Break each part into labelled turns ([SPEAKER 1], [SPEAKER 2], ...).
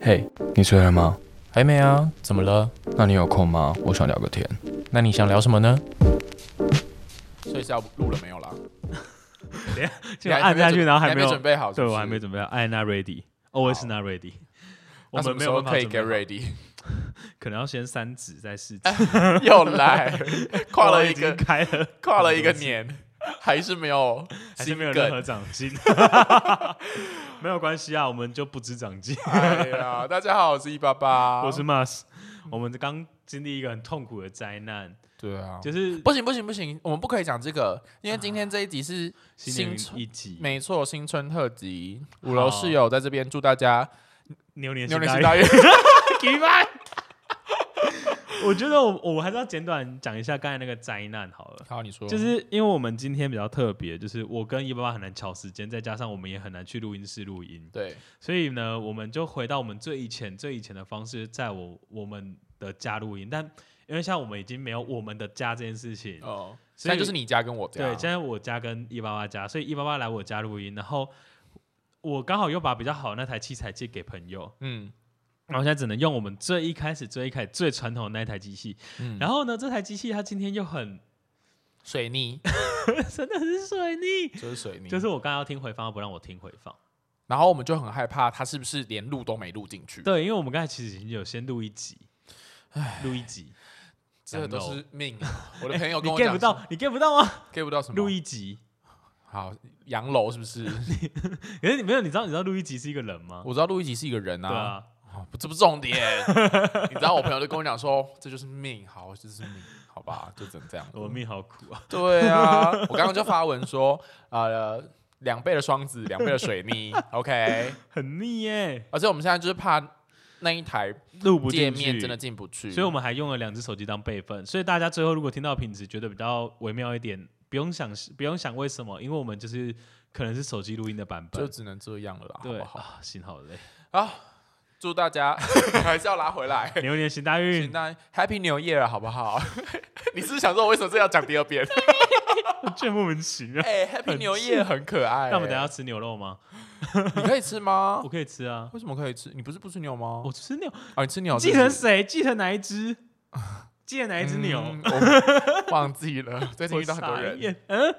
[SPEAKER 1] 嘿、你睡了吗？
[SPEAKER 2] 还没啊？怎么了？
[SPEAKER 1] 那你有空吗？我想聊个天。
[SPEAKER 2] 那你想聊什么呢？
[SPEAKER 3] 所以是要录了没有啦？
[SPEAKER 4] 就按下去，然后还没
[SPEAKER 3] 没
[SPEAKER 4] 有
[SPEAKER 3] 准备好是
[SPEAKER 4] 对
[SPEAKER 3] 不是
[SPEAKER 4] 我还没准备好，按 not ready，always
[SPEAKER 3] 好
[SPEAKER 4] not ready。我
[SPEAKER 3] 那什
[SPEAKER 4] 们
[SPEAKER 3] 么
[SPEAKER 4] 没
[SPEAKER 3] 时
[SPEAKER 4] 有
[SPEAKER 3] 候
[SPEAKER 4] 办法
[SPEAKER 3] 可以
[SPEAKER 4] 准备
[SPEAKER 3] get
[SPEAKER 4] 好
[SPEAKER 3] ready？
[SPEAKER 4] 可能要先三指再四指。
[SPEAKER 3] 又来， 跨
[SPEAKER 4] 我
[SPEAKER 3] 了
[SPEAKER 4] 已
[SPEAKER 3] 一
[SPEAKER 4] 经
[SPEAKER 3] 个
[SPEAKER 4] 开 了，
[SPEAKER 3] 跨了一 个年，还是没有
[SPEAKER 4] 还是
[SPEAKER 3] 心
[SPEAKER 4] 没有任
[SPEAKER 3] 梗
[SPEAKER 4] 何。长 进。没有关系啊，我们就不知长进。
[SPEAKER 3] 哎呀，大家好，我是一八八，
[SPEAKER 4] 我是 Mas，我们刚经历一个很痛苦的灾难，
[SPEAKER 3] 对啊，
[SPEAKER 4] 就是
[SPEAKER 3] 不行不行不行，我们不可以讲这个，因为今天这一集是
[SPEAKER 4] 新
[SPEAKER 3] 新
[SPEAKER 4] 年
[SPEAKER 3] 春
[SPEAKER 4] 一集
[SPEAKER 3] 没错新春特辑，五楼
[SPEAKER 4] 好
[SPEAKER 3] 室友在这边祝大家
[SPEAKER 4] 牛年
[SPEAKER 3] 牛
[SPEAKER 4] 行
[SPEAKER 3] 年行
[SPEAKER 4] 大
[SPEAKER 3] 大 运。
[SPEAKER 4] 运。我觉得我我还是要简短讲一下刚才那个灾难好了。
[SPEAKER 3] 好，你说
[SPEAKER 4] 就是因为我们今天比较特别，就是我跟一八八很难调时间，再加上我们也很难去录音室录音，
[SPEAKER 3] 对，
[SPEAKER 4] 所以呢，我们就回到我们最以前最以前的方式，在我我们的家录音。但因为像我们已经没有我们的家这件事情，
[SPEAKER 3] 哦，现
[SPEAKER 4] 所
[SPEAKER 3] 在
[SPEAKER 4] 以
[SPEAKER 3] 就是你家跟我家，哦
[SPEAKER 4] 对，现在我家跟一八八家，所以一八八来我家录音，然后我刚好又把比较好的那台器材借给朋友，
[SPEAKER 3] 嗯
[SPEAKER 4] 然后现在只能用我们最一开始最一开始最传统的那一台机器。
[SPEAKER 3] 嗯，
[SPEAKER 4] 然后呢，这台机器它今天又很
[SPEAKER 3] 水 泥
[SPEAKER 4] 真的是水逆，
[SPEAKER 3] 就是水泥，
[SPEAKER 4] 就是我刚刚要听回放，它不让我听回放。
[SPEAKER 3] 然后我们就很害怕他是不是连录都没录进去，
[SPEAKER 4] 对，因为我们刚才其实已经有先录一集，录一集，
[SPEAKER 3] 这都
[SPEAKER 4] no
[SPEAKER 3] 是命啊。我的朋友
[SPEAKER 4] 你
[SPEAKER 3] 跟我
[SPEAKER 4] get
[SPEAKER 3] 讲
[SPEAKER 4] 不到，你 get 不到吗？
[SPEAKER 3] ，get 不到什么
[SPEAKER 4] 录一集，
[SPEAKER 3] 好洋楼是不是？
[SPEAKER 4] 可是你没有，你知道你知道录一集是一个人吗？
[SPEAKER 3] 我知道陆一吉是一个人
[SPEAKER 4] 对
[SPEAKER 3] 啊，
[SPEAKER 4] 啊，
[SPEAKER 3] 哦不，这不是重点。 你知道我朋友就跟我讲说，这就是命，好，这就是命，好 吧，就只能这样。
[SPEAKER 4] 我命好苦啊，
[SPEAKER 3] 对啊，我刚刚就发文说，呃，两倍的双子，两倍的水 逆，OK。
[SPEAKER 4] 很腻耶，
[SPEAKER 3] 而且我们现在就是怕那一台
[SPEAKER 4] 录不
[SPEAKER 3] 界
[SPEAKER 4] 进
[SPEAKER 3] 面
[SPEAKER 4] 去，
[SPEAKER 3] 真的进不去，
[SPEAKER 4] 所以我们还用了两只手机当备份，所以大家最后如果听到品质觉得比较微妙一点，不用想不用想为什么，因为我们就是可能是手机录音的版
[SPEAKER 3] 就
[SPEAKER 4] 本，
[SPEAKER 3] 只能这样了啦，好
[SPEAKER 4] 对
[SPEAKER 3] 不好？
[SPEAKER 4] 啊，心好累，
[SPEAKER 3] 啊，祝大 家还是要拉回来。
[SPEAKER 4] 牛年行大 运，
[SPEAKER 3] 那 Happy New Year 好不 好？你是不是想说我为什么这要讲第二遍？
[SPEAKER 4] 这莫名其妙。
[SPEAKER 3] 哎、h a p p y
[SPEAKER 4] 很
[SPEAKER 3] New Year 很可爱、
[SPEAKER 4] 那我们等一下吃牛肉
[SPEAKER 3] 哎
[SPEAKER 4] 吗？
[SPEAKER 3] 你可以吃吗
[SPEAKER 4] 我？可以吃啊，
[SPEAKER 3] 为什么可以吃？你不是不吃牛吗？
[SPEAKER 4] 我吃牛，
[SPEAKER 3] 啊，你吃牛
[SPEAKER 4] 继
[SPEAKER 3] 是不
[SPEAKER 4] 承
[SPEAKER 3] 是
[SPEAKER 4] 谁？继承哪 一只？继承哪一只牛？
[SPEAKER 3] 嗯我 忘记了，最近
[SPEAKER 4] 我
[SPEAKER 3] 遇到很多
[SPEAKER 4] 傻
[SPEAKER 3] 人。
[SPEAKER 4] 眼。 嗯，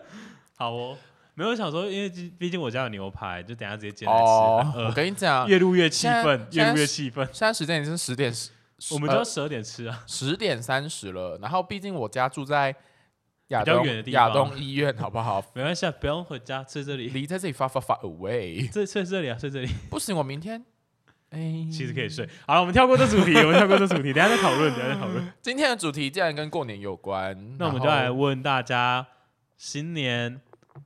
[SPEAKER 4] 好哦，没有想说，因为毕毕竟我家有牛排，就等一下直接煎来吃。
[SPEAKER 3] 哦，
[SPEAKER 4] 很饿
[SPEAKER 3] 我跟你讲，
[SPEAKER 4] 越录越气
[SPEAKER 3] 现在
[SPEAKER 4] 愤，
[SPEAKER 3] 现在
[SPEAKER 4] 越
[SPEAKER 3] 呃
[SPEAKER 4] 录越
[SPEAKER 3] 是
[SPEAKER 4] 气愤。
[SPEAKER 3] 现在时间已经是十点十，
[SPEAKER 4] 我们就要十二点吃啊，
[SPEAKER 3] 十点三十了。然后毕竟我家住在亚
[SPEAKER 4] 比较
[SPEAKER 3] 东
[SPEAKER 4] 远的地
[SPEAKER 3] 亚
[SPEAKER 4] 方
[SPEAKER 3] 东医院，好不好？
[SPEAKER 4] 没关系，啊，不用回家，睡这里，
[SPEAKER 3] 离在这里 far far far away。
[SPEAKER 4] 这 睡这里啊，睡这里，
[SPEAKER 3] 不行，我明天，哎、
[SPEAKER 4] 其实可以睡。好了，我们跳过 这主题，我们跳过这主题，等一下再讨论，等一下再讨论。
[SPEAKER 3] 今天的主题既然跟过年有关，
[SPEAKER 4] 那我们就来
[SPEAKER 3] 然后
[SPEAKER 4] 问大家，新年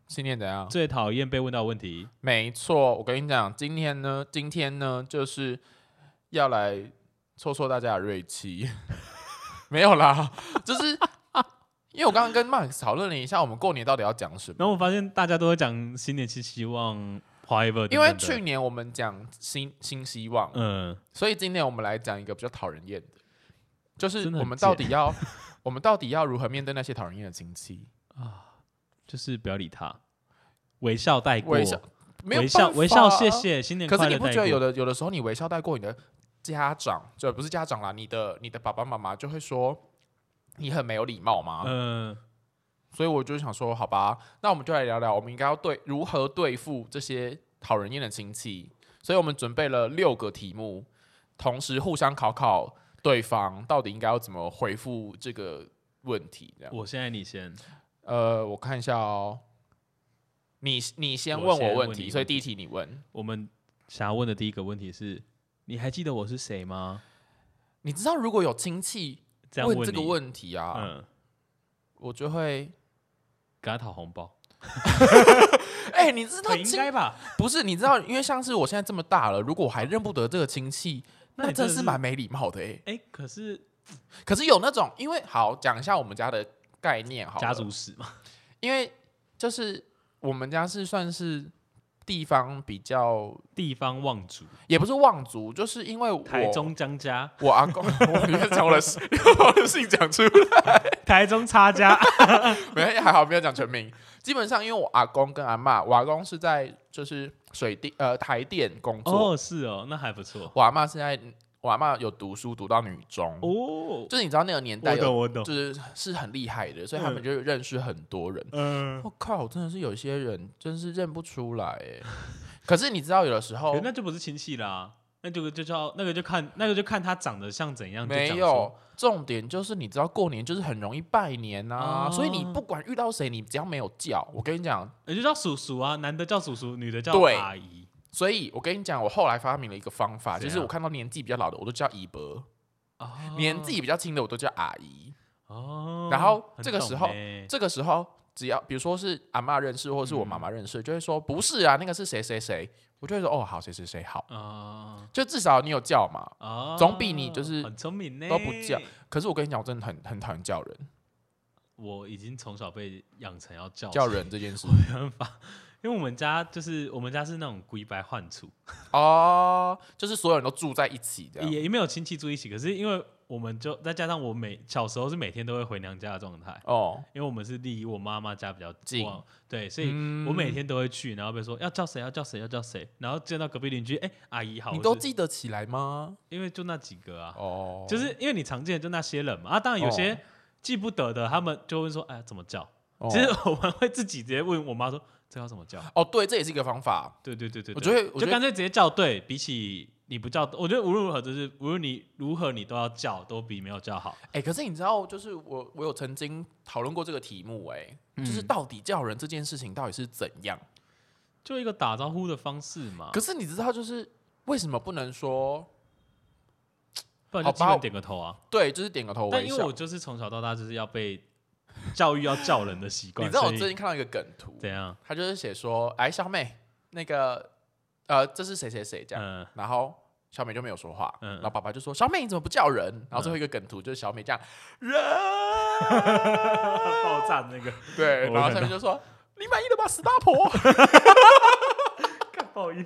[SPEAKER 3] 新年怎样？
[SPEAKER 4] 最讨厌被问到的问题，
[SPEAKER 3] 没错，我跟你讲，今天呢，今天呢，就是要来挫挫大家的锐气。 没有啦，就是因为我刚刚跟 Max 讨论了一下，我们过年到底要讲什么。
[SPEAKER 4] 然后我发现大家都会讲新年新希望，however，
[SPEAKER 3] 因为
[SPEAKER 4] 等等的
[SPEAKER 3] 去年我们讲新新希望，
[SPEAKER 4] 嗯，
[SPEAKER 3] 所以今年我们来讲一个比较讨人厌的，就是
[SPEAKER 4] 真的很
[SPEAKER 3] 我们到底要我们到底要如何面对那些讨人厌的亲戚？
[SPEAKER 4] 就是不要理他，微笑带过，
[SPEAKER 3] 微笑，没有
[SPEAKER 4] 微笑，
[SPEAKER 3] 办法
[SPEAKER 4] 微笑，
[SPEAKER 3] 啊
[SPEAKER 4] 谢。谢，新年
[SPEAKER 3] 可
[SPEAKER 4] 快
[SPEAKER 3] 是你
[SPEAKER 4] 乐带过。
[SPEAKER 3] 不觉得有的有的时候你微笑带过你的家长，就不是家长啦，你的你的爸爸妈妈就会说你很没有礼貌吗？
[SPEAKER 4] 嗯，
[SPEAKER 3] 所以我就想说，好吧，那我们就来聊聊，我们应该要对如何对付这些讨人厌的亲戚。所以我们准备了六个题目，同时互相考考对方到底应该要怎么回复这个问题。这样，
[SPEAKER 4] 我现在你先，
[SPEAKER 3] 呃，我看一下哦。你你先
[SPEAKER 4] 我
[SPEAKER 3] 问
[SPEAKER 4] 先
[SPEAKER 3] 我问
[SPEAKER 4] 问
[SPEAKER 3] 题，
[SPEAKER 4] 你
[SPEAKER 3] 所以
[SPEAKER 4] 问
[SPEAKER 3] 第一题你问，
[SPEAKER 4] 我们想要问的第一个问题是，你还记得我是谁吗？
[SPEAKER 3] 你知道如果有亲戚
[SPEAKER 4] 这样
[SPEAKER 3] 问
[SPEAKER 4] 问
[SPEAKER 3] 这个
[SPEAKER 4] 你，
[SPEAKER 3] 问题啊，
[SPEAKER 4] 嗯，
[SPEAKER 3] 我就会，
[SPEAKER 4] 给他讨红包，
[SPEAKER 3] 哎、你知道
[SPEAKER 4] 应
[SPEAKER 3] 亲
[SPEAKER 4] 该吧？
[SPEAKER 3] 不是？你知道，因为像是我现在这么大了，如果我还认不得这个亲戚，
[SPEAKER 4] 那
[SPEAKER 3] 那
[SPEAKER 4] 你
[SPEAKER 3] 真
[SPEAKER 4] 真的
[SPEAKER 3] 是
[SPEAKER 4] 是
[SPEAKER 3] 蛮没礼貌的哎、
[SPEAKER 4] 哎，可是
[SPEAKER 3] 可是有那种，因为好讲一下我们家的概念好了，
[SPEAKER 4] 家族史嘛，
[SPEAKER 3] 因为就是我们家是算是地方比较，
[SPEAKER 4] 地方望族，
[SPEAKER 3] 也不是望族，就是因为我
[SPEAKER 4] 台中江家，
[SPEAKER 3] 我阿公， 我你要讲我的姓， 你要把我的姓讲出来，
[SPEAKER 4] 台中差家，
[SPEAKER 3] 没有还好没有讲全名，基本上因为我阿公跟阿嬷，我阿公是在就是水电呃台电工作，
[SPEAKER 4] 哦，是哦，那还不错
[SPEAKER 3] 我阿嬷是在我阿嬷有读书读到女中，
[SPEAKER 4] 哦。
[SPEAKER 3] 就是你知道那个年代嗯
[SPEAKER 4] 我
[SPEAKER 3] 有
[SPEAKER 4] 懂，我懂。
[SPEAKER 3] 就是是很厉害的，所以他们
[SPEAKER 4] 嗯
[SPEAKER 3] 就认识很多人。
[SPEAKER 4] 嗯
[SPEAKER 3] 我、，靠，真的是有些人真是认不出来哎。 可是你知道，有的时候
[SPEAKER 4] 可哦那就不是亲戚啦，那就就叫那个就看那个就看他长得像怎样，就
[SPEAKER 3] 没
[SPEAKER 4] 讲
[SPEAKER 3] 有
[SPEAKER 4] 说，
[SPEAKER 3] 重点就是你知道过年就是很容易拜年啊，
[SPEAKER 4] 哦
[SPEAKER 3] 所以你不管遇到谁，你只要没有叫，我跟你讲，
[SPEAKER 4] 也就叫叔叔啊，男的叫叔叔，女的叫
[SPEAKER 3] 对
[SPEAKER 4] 阿姨。
[SPEAKER 3] 所以我跟你讲，我后来发明了一个方法，
[SPEAKER 4] 怎
[SPEAKER 3] 就
[SPEAKER 4] 样
[SPEAKER 3] 是我看到年纪比较老的，我都叫姨伯；
[SPEAKER 4] 哦
[SPEAKER 3] 年纪比较轻的，我都叫阿姨。
[SPEAKER 4] 哦，
[SPEAKER 3] 然后
[SPEAKER 4] 很
[SPEAKER 3] 这个
[SPEAKER 4] 懂
[SPEAKER 3] 时候
[SPEAKER 4] 欸
[SPEAKER 3] 这个时候，只要比如说是阿嬷认识，或者是我妈妈
[SPEAKER 4] 嗯
[SPEAKER 3] 认识，就会说不是啊，那个是谁谁谁，我就会说哦好，谁谁谁好，
[SPEAKER 4] 啊
[SPEAKER 3] 就至少你有叫嘛。
[SPEAKER 4] 啊
[SPEAKER 3] 总比你就是
[SPEAKER 4] 很聪明呢
[SPEAKER 3] 都不叫。可是我跟你讲，我真的很很讨厌叫人，
[SPEAKER 4] 我已经从小被养成要叫
[SPEAKER 3] 叫
[SPEAKER 4] 人，
[SPEAKER 3] 人这件 事
[SPEAKER 4] 没办法，因为我们家就是我们家是那种龟白换处，
[SPEAKER 3] 哦，就是所有人都住在一起这样。
[SPEAKER 4] 也也没有亲戚住一起，可是因为我们就再加上我每小时候是每天都会回娘家的状态，
[SPEAKER 3] 哦，
[SPEAKER 4] 因为我们是离我妈妈家比较
[SPEAKER 3] 近
[SPEAKER 4] 往，对，所以
[SPEAKER 3] 嗯
[SPEAKER 4] 我每天都会去，然后被说要叫谁要叫谁要叫谁，然后见到隔壁邻居，哎、阿姨好，
[SPEAKER 3] 你
[SPEAKER 4] 或
[SPEAKER 3] 都
[SPEAKER 4] 是
[SPEAKER 3] 记得起来吗？
[SPEAKER 4] 因为就那几个啊，
[SPEAKER 3] 哦，
[SPEAKER 4] 就是因为你常见的就那些人嘛，啊，当然有些
[SPEAKER 3] 哦
[SPEAKER 4] 记不得的，他们就会说，哎，怎么叫？
[SPEAKER 3] 哦
[SPEAKER 4] 其实我们会自己直接问我妈说，这要怎么叫？
[SPEAKER 3] 哦，对，这也是一个方法。
[SPEAKER 4] 对对对对，
[SPEAKER 3] 我
[SPEAKER 4] 对
[SPEAKER 3] 觉得我觉
[SPEAKER 4] 就
[SPEAKER 3] 得
[SPEAKER 4] 干脆直接叫对，比起你不叫，我觉得无论如何就是无论你如何你都要叫，都比没有叫好。
[SPEAKER 3] 哎、可是你知道，就是我我有曾经讨论过这个题目、哎、
[SPEAKER 4] 嗯
[SPEAKER 3] 就是到底叫人这件事情到底是怎样？
[SPEAKER 4] 就一个打招呼的方式嘛，
[SPEAKER 3] 可是你知道，就是为什么不能说
[SPEAKER 4] 不然就
[SPEAKER 3] 好吧
[SPEAKER 4] 基本点个头啊。
[SPEAKER 3] 对，就是点个头
[SPEAKER 4] 但
[SPEAKER 3] 微
[SPEAKER 4] 因为
[SPEAKER 3] 笑
[SPEAKER 4] 我？就是从小到大就是要被教育要叫人的习
[SPEAKER 3] 你
[SPEAKER 4] 惯，
[SPEAKER 3] 知道我
[SPEAKER 4] 所以
[SPEAKER 3] 最近看到一个梗图，
[SPEAKER 4] 怎样？
[SPEAKER 3] 他就是写说，哎，小美，那个呃，这是谁谁谁这样，
[SPEAKER 4] 嗯，
[SPEAKER 3] 然后。小美就没有说话，
[SPEAKER 4] 嗯
[SPEAKER 3] 然后爸爸就说：“小美，你怎么不叫人？”然后最后一个梗图就是小美 这样，人
[SPEAKER 4] 爆炸那个
[SPEAKER 3] 对，
[SPEAKER 4] 我
[SPEAKER 3] 然后下
[SPEAKER 4] 看到
[SPEAKER 3] 面就说：“你满意了吧，死大婆？”
[SPEAKER 4] 干爆音，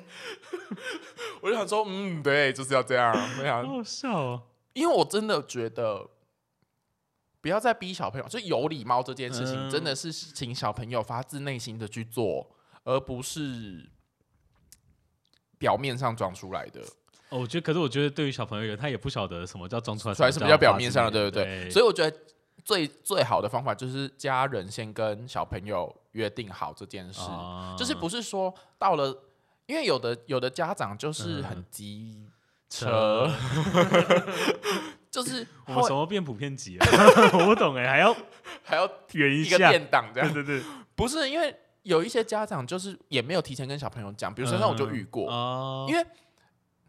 [SPEAKER 3] 我就想说，嗯，对，就是要这样。我
[SPEAKER 4] 好
[SPEAKER 3] 想，
[SPEAKER 4] 好笑哦。
[SPEAKER 3] 因为我真的觉得，不要再逼小朋友，就有礼貌这件事情，
[SPEAKER 4] 嗯
[SPEAKER 3] 真的是请小朋友发自内心的去做，而不是表面上装出来的。
[SPEAKER 4] 哦，我觉得，可是我觉得对于小朋友，他也不晓得什么叫装出来，
[SPEAKER 3] 出来是比
[SPEAKER 4] 叫
[SPEAKER 3] 较表
[SPEAKER 4] 发
[SPEAKER 3] 面
[SPEAKER 4] 自
[SPEAKER 3] 上的，
[SPEAKER 4] 内
[SPEAKER 3] 对
[SPEAKER 4] 心
[SPEAKER 3] 不对？所
[SPEAKER 4] 以
[SPEAKER 3] 以我觉得最最好的方法就是家人先跟小朋友约定好这件事，
[SPEAKER 4] 哦
[SPEAKER 3] 就是不是说到了，因为有的有的家长就是很
[SPEAKER 4] 嗯
[SPEAKER 3] 急车，
[SPEAKER 4] 扯，
[SPEAKER 3] 就是
[SPEAKER 4] 我
[SPEAKER 3] 会
[SPEAKER 4] 们什么变普遍级了？ 我不懂哎，还要
[SPEAKER 3] 还要
[SPEAKER 4] 圆一
[SPEAKER 3] 一个
[SPEAKER 4] 下，
[SPEAKER 3] 电档这
[SPEAKER 4] 对
[SPEAKER 3] 样。
[SPEAKER 4] 对对，
[SPEAKER 3] 不是因为有一些家长就是也没有提前跟小朋友讲，比如说像我就遇过，
[SPEAKER 4] 哦，
[SPEAKER 3] 因为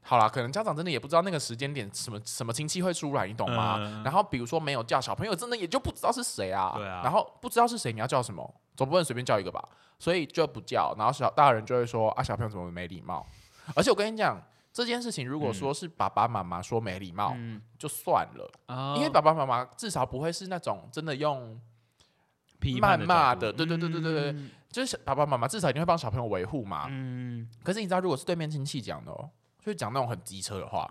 [SPEAKER 3] 好啦，可能家长真的也不知道那个时间点什么什么亲戚会出来，你懂吗？
[SPEAKER 4] 嗯
[SPEAKER 3] 然后比如说没有叫小朋友，真的也就不知道是谁啊。
[SPEAKER 4] 对啊
[SPEAKER 3] 然后不知道是谁，你要叫什么？总不能随便叫一个吧？所以就不叫，然后小大人就会说啊，小朋友怎么没礼貌？而且我跟你讲。这件事情如果说是爸爸妈妈说没礼貌，
[SPEAKER 4] 嗯
[SPEAKER 3] 就算了，
[SPEAKER 4] 啊
[SPEAKER 3] 因为爸爸妈妈至少不会是那种真的用
[SPEAKER 4] 批
[SPEAKER 3] 谩
[SPEAKER 4] 判
[SPEAKER 3] 骂
[SPEAKER 4] 角
[SPEAKER 3] 的，
[SPEAKER 4] 度
[SPEAKER 3] 对对对对对对，
[SPEAKER 4] 嗯
[SPEAKER 3] 就是爸爸妈妈至少一定会帮小朋友维护嘛。
[SPEAKER 4] 嗯，
[SPEAKER 3] 可是你知道，如果是对面亲戚讲的、哦，就讲那种很机车的 话，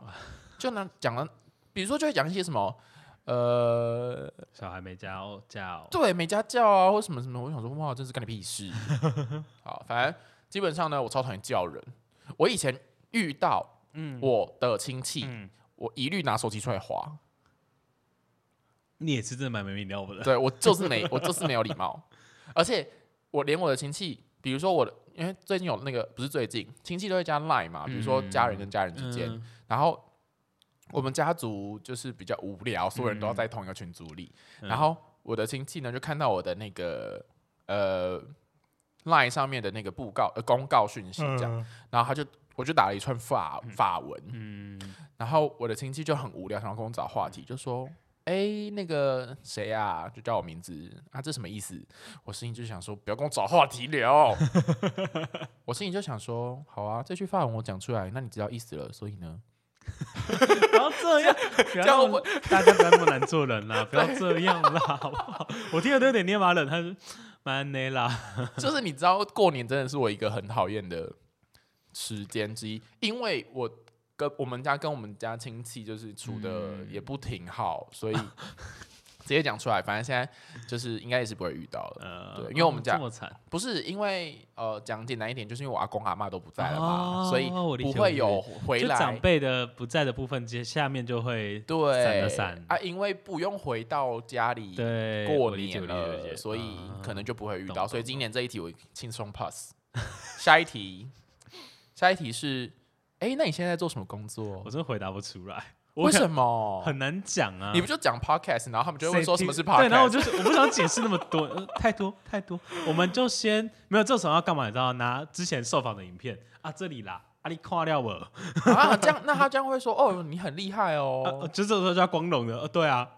[SPEAKER 3] 就拿讲了，比如说就会讲一些什么，呃，
[SPEAKER 4] 小孩没加哦，加哦，
[SPEAKER 3] 对，没家教啊，或什么什么。我想说，哇，真是干你屁 事。好，反正基本上呢，我超讨厌叫人。我以前遇到
[SPEAKER 4] 嗯
[SPEAKER 3] 我的亲戚，
[SPEAKER 4] 嗯
[SPEAKER 3] 我一律拿手机出来划。
[SPEAKER 4] 你也是真的蛮没礼貌的，
[SPEAKER 3] 对我就是没，我就是没有礼貌，而且我连我的亲戚，比如说我的，因为最近有那个不是最近，亲戚都会加 Line 嘛，比如说家人跟家人 之间，
[SPEAKER 4] 嗯
[SPEAKER 3] 然后我们家族就是比较无聊，所有人都要在同一个群组里，
[SPEAKER 4] 嗯
[SPEAKER 3] 然后我的亲戚呢就看到我的那个呃 Line 上面的那个布告呃公告讯息这样，然后他就我就打了一串法法文，
[SPEAKER 4] 嗯，
[SPEAKER 3] 然后我的亲戚就很无聊，想要跟我找话题，就说：“哎、那个谁啊，就叫我名字啊，这什么意思？”我心里就想说：“不要跟我找话题聊。” 我心里就想说：“好啊，这句法文我讲出来，那你知道意思了，所以呢，
[SPEAKER 4] 不要这 样，不
[SPEAKER 3] 这
[SPEAKER 4] 要
[SPEAKER 3] 样
[SPEAKER 4] 那么大家不要那么难做人 啦，不要这样啦，好不好？我听了都有点捏把冷汗，蛮内啦。
[SPEAKER 3] 就是你知道过年真的是我一个很讨厌的时间之一，因为我。”跟我们家跟我们家亲戚就是处的也不挺好，所以直接讲出来，反正现在就是应该也是不会遇到了。
[SPEAKER 4] 呃，
[SPEAKER 3] 对因为我们
[SPEAKER 4] 哦
[SPEAKER 3] 家
[SPEAKER 4] 这么惨，
[SPEAKER 3] 不是因为呃讲简单一点，就是因为我阿公阿妈都不在了嘛，
[SPEAKER 4] 哦
[SPEAKER 3] 所以
[SPEAKER 4] 我理
[SPEAKER 3] 不
[SPEAKER 4] 解
[SPEAKER 3] 会
[SPEAKER 4] 我
[SPEAKER 3] 有
[SPEAKER 4] 理
[SPEAKER 3] 回
[SPEAKER 4] 就长
[SPEAKER 3] 来。
[SPEAKER 4] 辈的不在的部分，接下面就会
[SPEAKER 3] 对，
[SPEAKER 4] 散的散
[SPEAKER 3] 啊，因为不用回到家里
[SPEAKER 4] 对我
[SPEAKER 3] 过
[SPEAKER 4] 理解
[SPEAKER 3] 年
[SPEAKER 4] 我理解我理
[SPEAKER 3] 了，
[SPEAKER 4] 解
[SPEAKER 3] 所以
[SPEAKER 4] 啊
[SPEAKER 3] 可能就不会遇
[SPEAKER 4] 懂
[SPEAKER 3] 到。
[SPEAKER 4] 懂
[SPEAKER 3] 所以今年这一题我轻松 pass。下一题，下一题是，哎、那你现在在做什么工作
[SPEAKER 4] 我？真的回答不出来，我
[SPEAKER 3] 为
[SPEAKER 4] 可
[SPEAKER 3] 什么？
[SPEAKER 4] 很难讲啊？
[SPEAKER 3] 你不就讲 podcast，然后他们就会
[SPEAKER 4] 谁
[SPEAKER 3] 说什么是
[SPEAKER 4] 听对，然后我
[SPEAKER 3] podcast？
[SPEAKER 4] 就是我不想解释那么多，呃太多太多，我们就先没有这首要干嘛？你知道，拿之前受访的影片啊，这里啦，啊你跨掉我， 啊
[SPEAKER 3] 啊，这样那他这样会说哦，你很厉害
[SPEAKER 4] 呃
[SPEAKER 3] 哦，
[SPEAKER 4] 就这时候叫光荣的，呃对啊，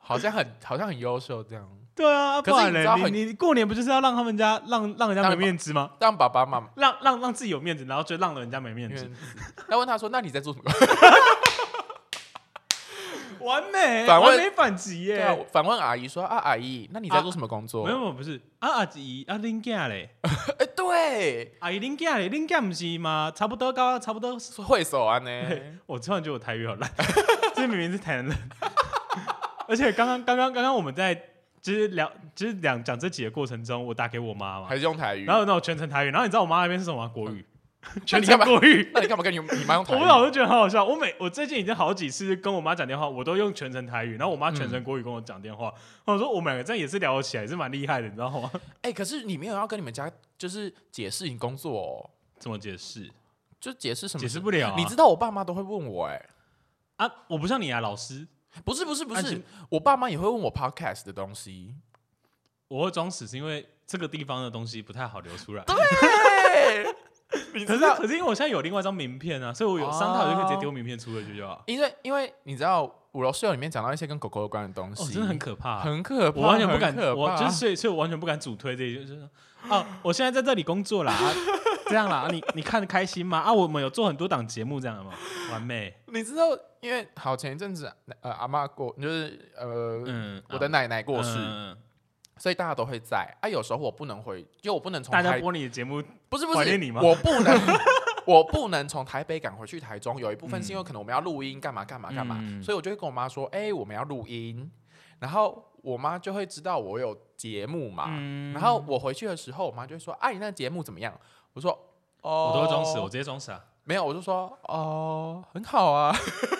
[SPEAKER 3] 好像很好像很优秀这样。
[SPEAKER 4] 对啊，
[SPEAKER 3] 可
[SPEAKER 4] 不
[SPEAKER 3] 是
[SPEAKER 4] 然
[SPEAKER 3] 你知道
[SPEAKER 4] 嘞，
[SPEAKER 3] 很
[SPEAKER 4] 你你过年不就是要让他们家让让人家
[SPEAKER 3] 让
[SPEAKER 4] 没面子吗？
[SPEAKER 3] 让爸爸妈妈
[SPEAKER 4] 让让让自己有面子，然后就让人家没面
[SPEAKER 3] 因为
[SPEAKER 4] 子，
[SPEAKER 3] 那 问他说，那你在做什么？
[SPEAKER 4] 完美，
[SPEAKER 3] 反问
[SPEAKER 4] 完美反击 耶！
[SPEAKER 3] 对啊，反问阿姨说啊，阿姨，那你在
[SPEAKER 4] 啊
[SPEAKER 3] 做什么工作？
[SPEAKER 4] 没有没有不是啊阿姨啊恁囝嘞，
[SPEAKER 3] 哎、对，
[SPEAKER 4] 阿姨恁囝嘞，恁囝不是嘛？差不多高，差不多。
[SPEAKER 3] 会手啊呢，
[SPEAKER 4] 我突然觉得我台语好 烂，这明明是台南人， 而且刚刚刚刚刚刚我们在就是聊就是两讲这几个过程中，我打给我妈嘛
[SPEAKER 3] 还，是用台语？
[SPEAKER 4] 然后那我全程台语，然后你知道我妈那边是什么吗国语， 全
[SPEAKER 3] 你干
[SPEAKER 4] 程
[SPEAKER 3] 嘛
[SPEAKER 4] 国语。
[SPEAKER 3] 那你干嘛跟你你妈用台
[SPEAKER 4] 我
[SPEAKER 3] 语？
[SPEAKER 4] 不老是觉得很好笑，我每我最近已经好几次跟我妈讲电话，我都用全程台语，然后我妈全程国语跟我讲电话。我说我们两个这样也是聊得起来，也是蛮厉害的，你知道吗？
[SPEAKER 3] 哎、可是你没有要跟你们家就是解释你工作、哦，
[SPEAKER 4] 怎么解释？
[SPEAKER 3] 就解释什么？
[SPEAKER 4] 解释不了、啊。
[SPEAKER 3] 你知道我爸妈都会问我、
[SPEAKER 4] 啊？我不像你啊，老师，
[SPEAKER 3] 哎，不是不是不
[SPEAKER 4] 啊
[SPEAKER 3] 是
[SPEAKER 4] 你，
[SPEAKER 3] 我爸妈也会问我 podcast 的东西。
[SPEAKER 4] 我会装死是因为这个地方的东西不太好流出来。
[SPEAKER 3] 对， 你知
[SPEAKER 4] 可是
[SPEAKER 3] 道，哦
[SPEAKER 4] 可是因为我现在有另外一张名片啊，所以我有商讨就可以直接丢名片出去就好。
[SPEAKER 3] 因为因为你知道五楼室友里面讲到一些跟狗狗有关的东西，
[SPEAKER 4] 哦，真的很可怕、
[SPEAKER 3] 很可怕，
[SPEAKER 4] 我完全不敢
[SPEAKER 3] 很可，怕
[SPEAKER 4] 我就是所以所以我完全不敢主推这一句，就是说啊，我现在在这里工作啦，啊、这样啦，啊你你看得开心吗？啊，我们有做很多档节目，这样吗？完美，
[SPEAKER 3] 你知道，因为好前一阵子呃阿妈过就是呃、
[SPEAKER 4] 嗯，
[SPEAKER 3] 我的奶奶过世，
[SPEAKER 4] 嗯嗯
[SPEAKER 3] 所以大家都会在啊。有时候我不能回，因为我不能从
[SPEAKER 4] 大家
[SPEAKER 3] 台
[SPEAKER 4] 播你的节目，
[SPEAKER 3] 不是不
[SPEAKER 4] 怀
[SPEAKER 3] 是
[SPEAKER 4] 念你吗
[SPEAKER 3] 我不 能我不能从台北赶回去台中，有一部分是因为可能我们要录音干嘛干嘛干嘛，
[SPEAKER 4] 嗯
[SPEAKER 3] 所以我就会跟我妈说，哎、我们要录音，然后我妈就会知道我有节目嘛，
[SPEAKER 4] 嗯
[SPEAKER 3] 然后我回去的时候，我妈就会说，啊，你那节目怎么样？我说。哦，
[SPEAKER 4] 我都会装死，我啊直接装傻。
[SPEAKER 3] 没有，我就说哦，很好啊，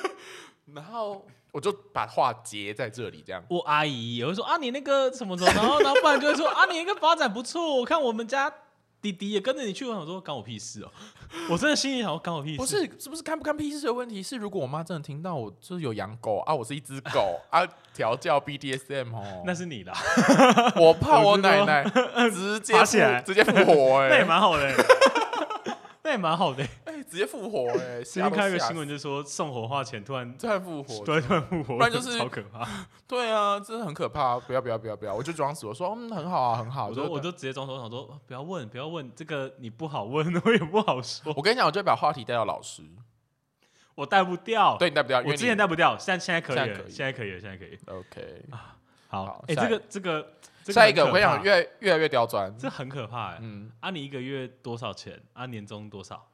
[SPEAKER 3] 然后我就把话结在这里，这样。
[SPEAKER 4] 我阿姨也会说啊，你那个什么什么， 然后然后不然就会说啊，你那个发展不错，我看我们家弟弟也跟着你去，我想说干我屁事哦， 我真的心里想说干我屁事，
[SPEAKER 3] 不是，是不是看不看屁事的问题？是如果我妈真的听到我就是有养狗啊，我是一只狗 啊，调教 BDSM 哦，
[SPEAKER 4] 那是 你的啊、
[SPEAKER 3] 我怕
[SPEAKER 4] 我
[SPEAKER 3] 我
[SPEAKER 4] 知道
[SPEAKER 3] 奶奶 直接
[SPEAKER 4] 爬
[SPEAKER 3] 复
[SPEAKER 4] 起来
[SPEAKER 3] 直接复活
[SPEAKER 4] 那也
[SPEAKER 3] 哎，
[SPEAKER 4] 蛮好的欸、那也蛮好的欸、
[SPEAKER 3] 哎，直接复活 哎，
[SPEAKER 4] 最
[SPEAKER 3] 吓
[SPEAKER 4] 近
[SPEAKER 3] 都
[SPEAKER 4] 看一个
[SPEAKER 3] 吓
[SPEAKER 4] 新
[SPEAKER 3] 死，
[SPEAKER 4] 闻，就说送火化前突然
[SPEAKER 3] 突然复活，
[SPEAKER 4] 突然突然复活，
[SPEAKER 3] 不然就是
[SPEAKER 4] 超可怕。
[SPEAKER 3] 对啊，真的很可怕，不要不要不要不要，我就装死，我说嗯，很好啊，很好，
[SPEAKER 4] 我
[SPEAKER 3] 就
[SPEAKER 4] 都我都直接装头，我想说不要问，不要问这个你不好问， 我也不好说，
[SPEAKER 3] 我跟你讲，我就会把话题带到老师，
[SPEAKER 4] 我带不掉。，
[SPEAKER 3] 对你带不掉，因
[SPEAKER 4] 我
[SPEAKER 3] 为
[SPEAKER 4] 之
[SPEAKER 3] 你
[SPEAKER 4] 前带不掉，现在现在可以
[SPEAKER 3] 现在可
[SPEAKER 4] 了，
[SPEAKER 3] 以
[SPEAKER 4] 现在可以了，现在可以了。
[SPEAKER 3] OK，好
[SPEAKER 4] 好，哎，
[SPEAKER 3] 下
[SPEAKER 4] 这
[SPEAKER 3] 一
[SPEAKER 4] 个这个这
[SPEAKER 3] 下一
[SPEAKER 4] 个
[SPEAKER 3] 个
[SPEAKER 4] 很
[SPEAKER 3] 我
[SPEAKER 4] 可
[SPEAKER 3] 跟你
[SPEAKER 4] 怕
[SPEAKER 3] 讲，越越来越刁钻。
[SPEAKER 4] 这很可怕哎。
[SPEAKER 3] 嗯，
[SPEAKER 4] 啊，你一个月多少钱？啊，年终多少？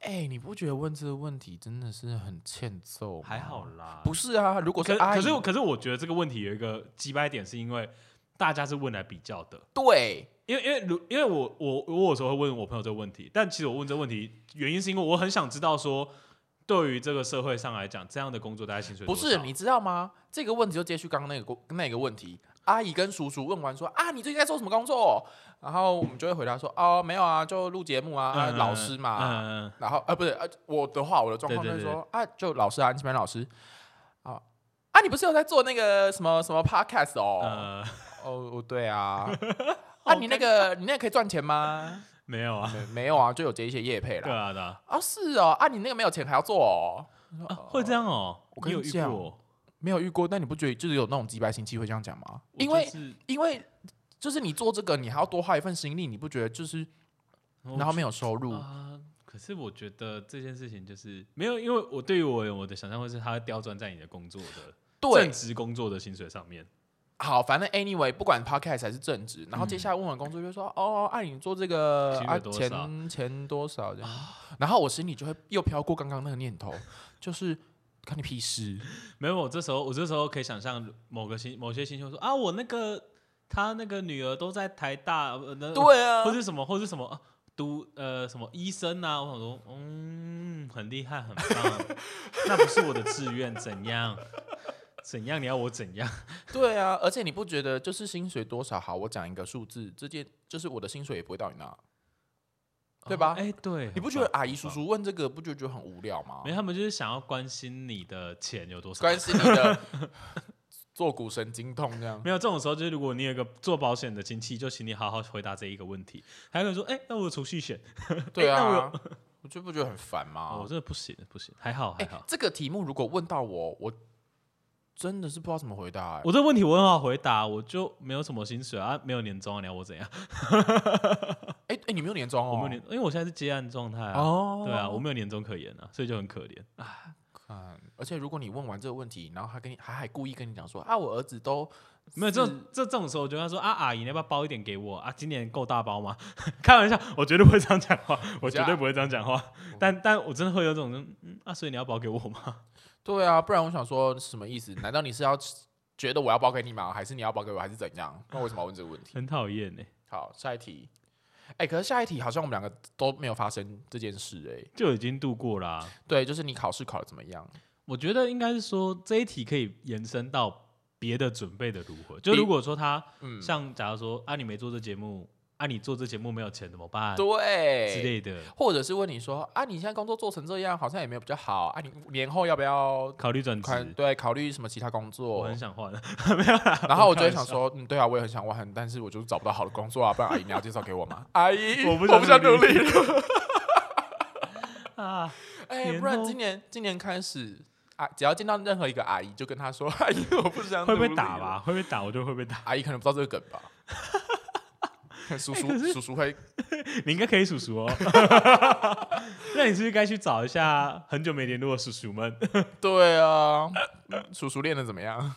[SPEAKER 3] 哎、你不觉得问这个问题真的是很欠揍？
[SPEAKER 4] 还好，啦，
[SPEAKER 3] 不是啊。如果是
[SPEAKER 4] 可
[SPEAKER 3] 阿姨，
[SPEAKER 4] 可是可是我觉得这个问题有一个击败点，是因为大家是问来比较的。
[SPEAKER 3] 对，
[SPEAKER 4] 因为因为如因为我我我有时候会问我朋友这个问题，但其实我问这个问题原因是因为我很想知道说，对于这个社会上来讲，这样的工作大家薪水
[SPEAKER 3] 不
[SPEAKER 4] 多少
[SPEAKER 3] 是，你知道吗？这个问题就接续刚刚那个过那个问题，阿姨跟叔叔问完说啊，你最近在做什么工作？然后我们就会回答说哦，没有啊，就录节目啊，啊老师嘛。
[SPEAKER 4] 嗯，
[SPEAKER 3] 然后呃，不是呃，我的话，我的状况就
[SPEAKER 4] 对
[SPEAKER 3] 是
[SPEAKER 4] 对
[SPEAKER 3] 说啊，就老师啊，你这边老师啊啊，你不是有在做那个什么什么 podcast 哦？
[SPEAKER 4] 呃，
[SPEAKER 3] 哦，哦对 啊，啊，你那个你那个可以赚钱吗？
[SPEAKER 4] 没有啊，
[SPEAKER 3] 没没有啊，就有接一些业配
[SPEAKER 4] 对
[SPEAKER 3] 啦。
[SPEAKER 4] 啊对啊，
[SPEAKER 3] 啊，是哦，啊，你那个没有钱还要做哦，
[SPEAKER 4] 啊会这样哦，
[SPEAKER 3] 我跟
[SPEAKER 4] 你
[SPEAKER 3] 你
[SPEAKER 4] 有遇
[SPEAKER 3] 讲
[SPEAKER 4] 过？
[SPEAKER 3] 没有遇过。但你不觉得就是有那种几百星期会这样讲吗？
[SPEAKER 4] 我
[SPEAKER 3] 因
[SPEAKER 4] 就
[SPEAKER 3] 为
[SPEAKER 4] 是
[SPEAKER 3] 因为就是你做这个，你还要多花一份心力，你不觉得就是
[SPEAKER 4] 哦
[SPEAKER 3] 然后没有收入？
[SPEAKER 4] 啊。可是我觉得这件事情就是没有，因为我对于我我的想象会是它会刁钻在你的工作的
[SPEAKER 3] 对
[SPEAKER 4] 正，职工作的薪水上面。
[SPEAKER 3] 好，反正 anyway，不管 podcast 还是正职，然后接下来问完工作就说、哦，啊，你做这个
[SPEAKER 4] 薪水
[SPEAKER 3] 啊
[SPEAKER 4] 多少
[SPEAKER 3] 钱钱多少这样，然后我心里就会又飘过刚刚那个念头，就是看你屁事。
[SPEAKER 4] 没有，我这时候我这时候可以想象某个新某些新秀说啊，我那个他那个女儿都在台大，呃、那
[SPEAKER 3] 对啊
[SPEAKER 4] 或，是什么，或是什么、啊、读呃什么医生啊，我想说，嗯，很厉害，很棒，那不是我的志愿，怎样？怎样？你要我怎样？
[SPEAKER 3] 对啊，而且你不觉得就是薪水多少好？我讲一个数字，这件就是我的薪水也不会到你那，对吧
[SPEAKER 4] 哦哎、对，
[SPEAKER 3] 你不觉
[SPEAKER 4] 很
[SPEAKER 3] 得
[SPEAKER 4] 棒
[SPEAKER 3] 阿姨叔？叔问这个不就觉得很无聊吗
[SPEAKER 4] 很棒没，？他们就是想要关心你的钱有多少。
[SPEAKER 3] 关心你的坐骨神经痛这样。
[SPEAKER 4] 没有这种时候，就是如果你有一个做保险的亲戚，就请你好好回答这一个问题。还有人说，哎、那我有储蓄险，
[SPEAKER 3] 对
[SPEAKER 4] 那我
[SPEAKER 3] 啊
[SPEAKER 4] 有，
[SPEAKER 3] 我就不觉得很烦
[SPEAKER 4] 哦
[SPEAKER 3] 吗
[SPEAKER 4] 我？真的不行，不行，还好还
[SPEAKER 3] 哎、
[SPEAKER 4] 好。
[SPEAKER 3] 这个题目如果问到我，我真的是不知道怎么回答、哎
[SPEAKER 4] 我这个问题我很好回答，我就没有什么薪水啊，没有年终啊，你要我怎
[SPEAKER 3] 哦
[SPEAKER 4] 样？
[SPEAKER 3] 哎、哎、你没有年终哦？
[SPEAKER 4] 我没有年，因为我现在是接案状态啊，
[SPEAKER 3] 哦，
[SPEAKER 4] 对啊，我没有年终可言啊，所以就很可怜。
[SPEAKER 3] 看，而且如果你问完这个问题，然后他跟你还还故意跟你讲说啊，我儿子都
[SPEAKER 4] 没有这种这这种时候，我就跟他说啊，阿姨，你要不要包一点给我啊？今年够大包吗？ 开玩笑，我绝对不会这样讲话，我绝对不会这样讲话。
[SPEAKER 3] 嗯
[SPEAKER 4] 但但我真的会有这种，嗯啊，所以你要包给我吗？
[SPEAKER 3] 对啊，不然我想说什么意思？难道你是要觉得我要包给你吗？还是你要包给我，还是怎样？那为什么要问这个问 题？
[SPEAKER 4] 很讨厌欸呢，
[SPEAKER 3] 好，下一题。哎、可是下一题好像我们两个都没有发生这件事哎、
[SPEAKER 4] 就已经度过啦、
[SPEAKER 3] 对，就是你考试考的怎么样？
[SPEAKER 4] 我觉得应该是说这一题可以延伸到别的准备的如何。就如果说他
[SPEAKER 3] 嗯，
[SPEAKER 4] 像假如说啊，你没做这节目，啊，你做这节目没有钱怎么办？
[SPEAKER 3] 对，
[SPEAKER 4] 之类的，
[SPEAKER 3] 或者是问你说啊，你现在工作做成这样，好像也没有比较好啊，你年后要不要
[SPEAKER 4] 考虑转
[SPEAKER 3] 考
[SPEAKER 4] 职。
[SPEAKER 3] 对考虑什么其他工
[SPEAKER 4] 我
[SPEAKER 3] 作
[SPEAKER 4] 很？想 换，
[SPEAKER 3] 然后我就会想说，嗯，对啊，我也很想换，但是我就是找不到好的工作啊，不然阿姨你要介绍给我吗？阿姨，
[SPEAKER 4] 我
[SPEAKER 3] 我
[SPEAKER 4] 不想
[SPEAKER 3] 不想
[SPEAKER 4] 努
[SPEAKER 3] 努
[SPEAKER 4] 力
[SPEAKER 3] 力了，
[SPEAKER 4] 啊，
[SPEAKER 3] 哎、
[SPEAKER 4] 年
[SPEAKER 3] 不然
[SPEAKER 4] 后
[SPEAKER 3] 今年今年开始啊，只要见到任何一个阿姨，就跟她说， 阿姨我不想
[SPEAKER 4] 会被
[SPEAKER 3] 努力
[SPEAKER 4] 打
[SPEAKER 3] 了
[SPEAKER 4] 吧？？会被打，我就会被打。
[SPEAKER 3] 啊阿姨可能不知道这个 梗吧。叔叔
[SPEAKER 4] 哎
[SPEAKER 3] 叔叔会
[SPEAKER 4] 你应该可以数数哦。 那你是不是该去找一下很久没联络的叔叔们？
[SPEAKER 3] 对啊，叔叔练的怎么样？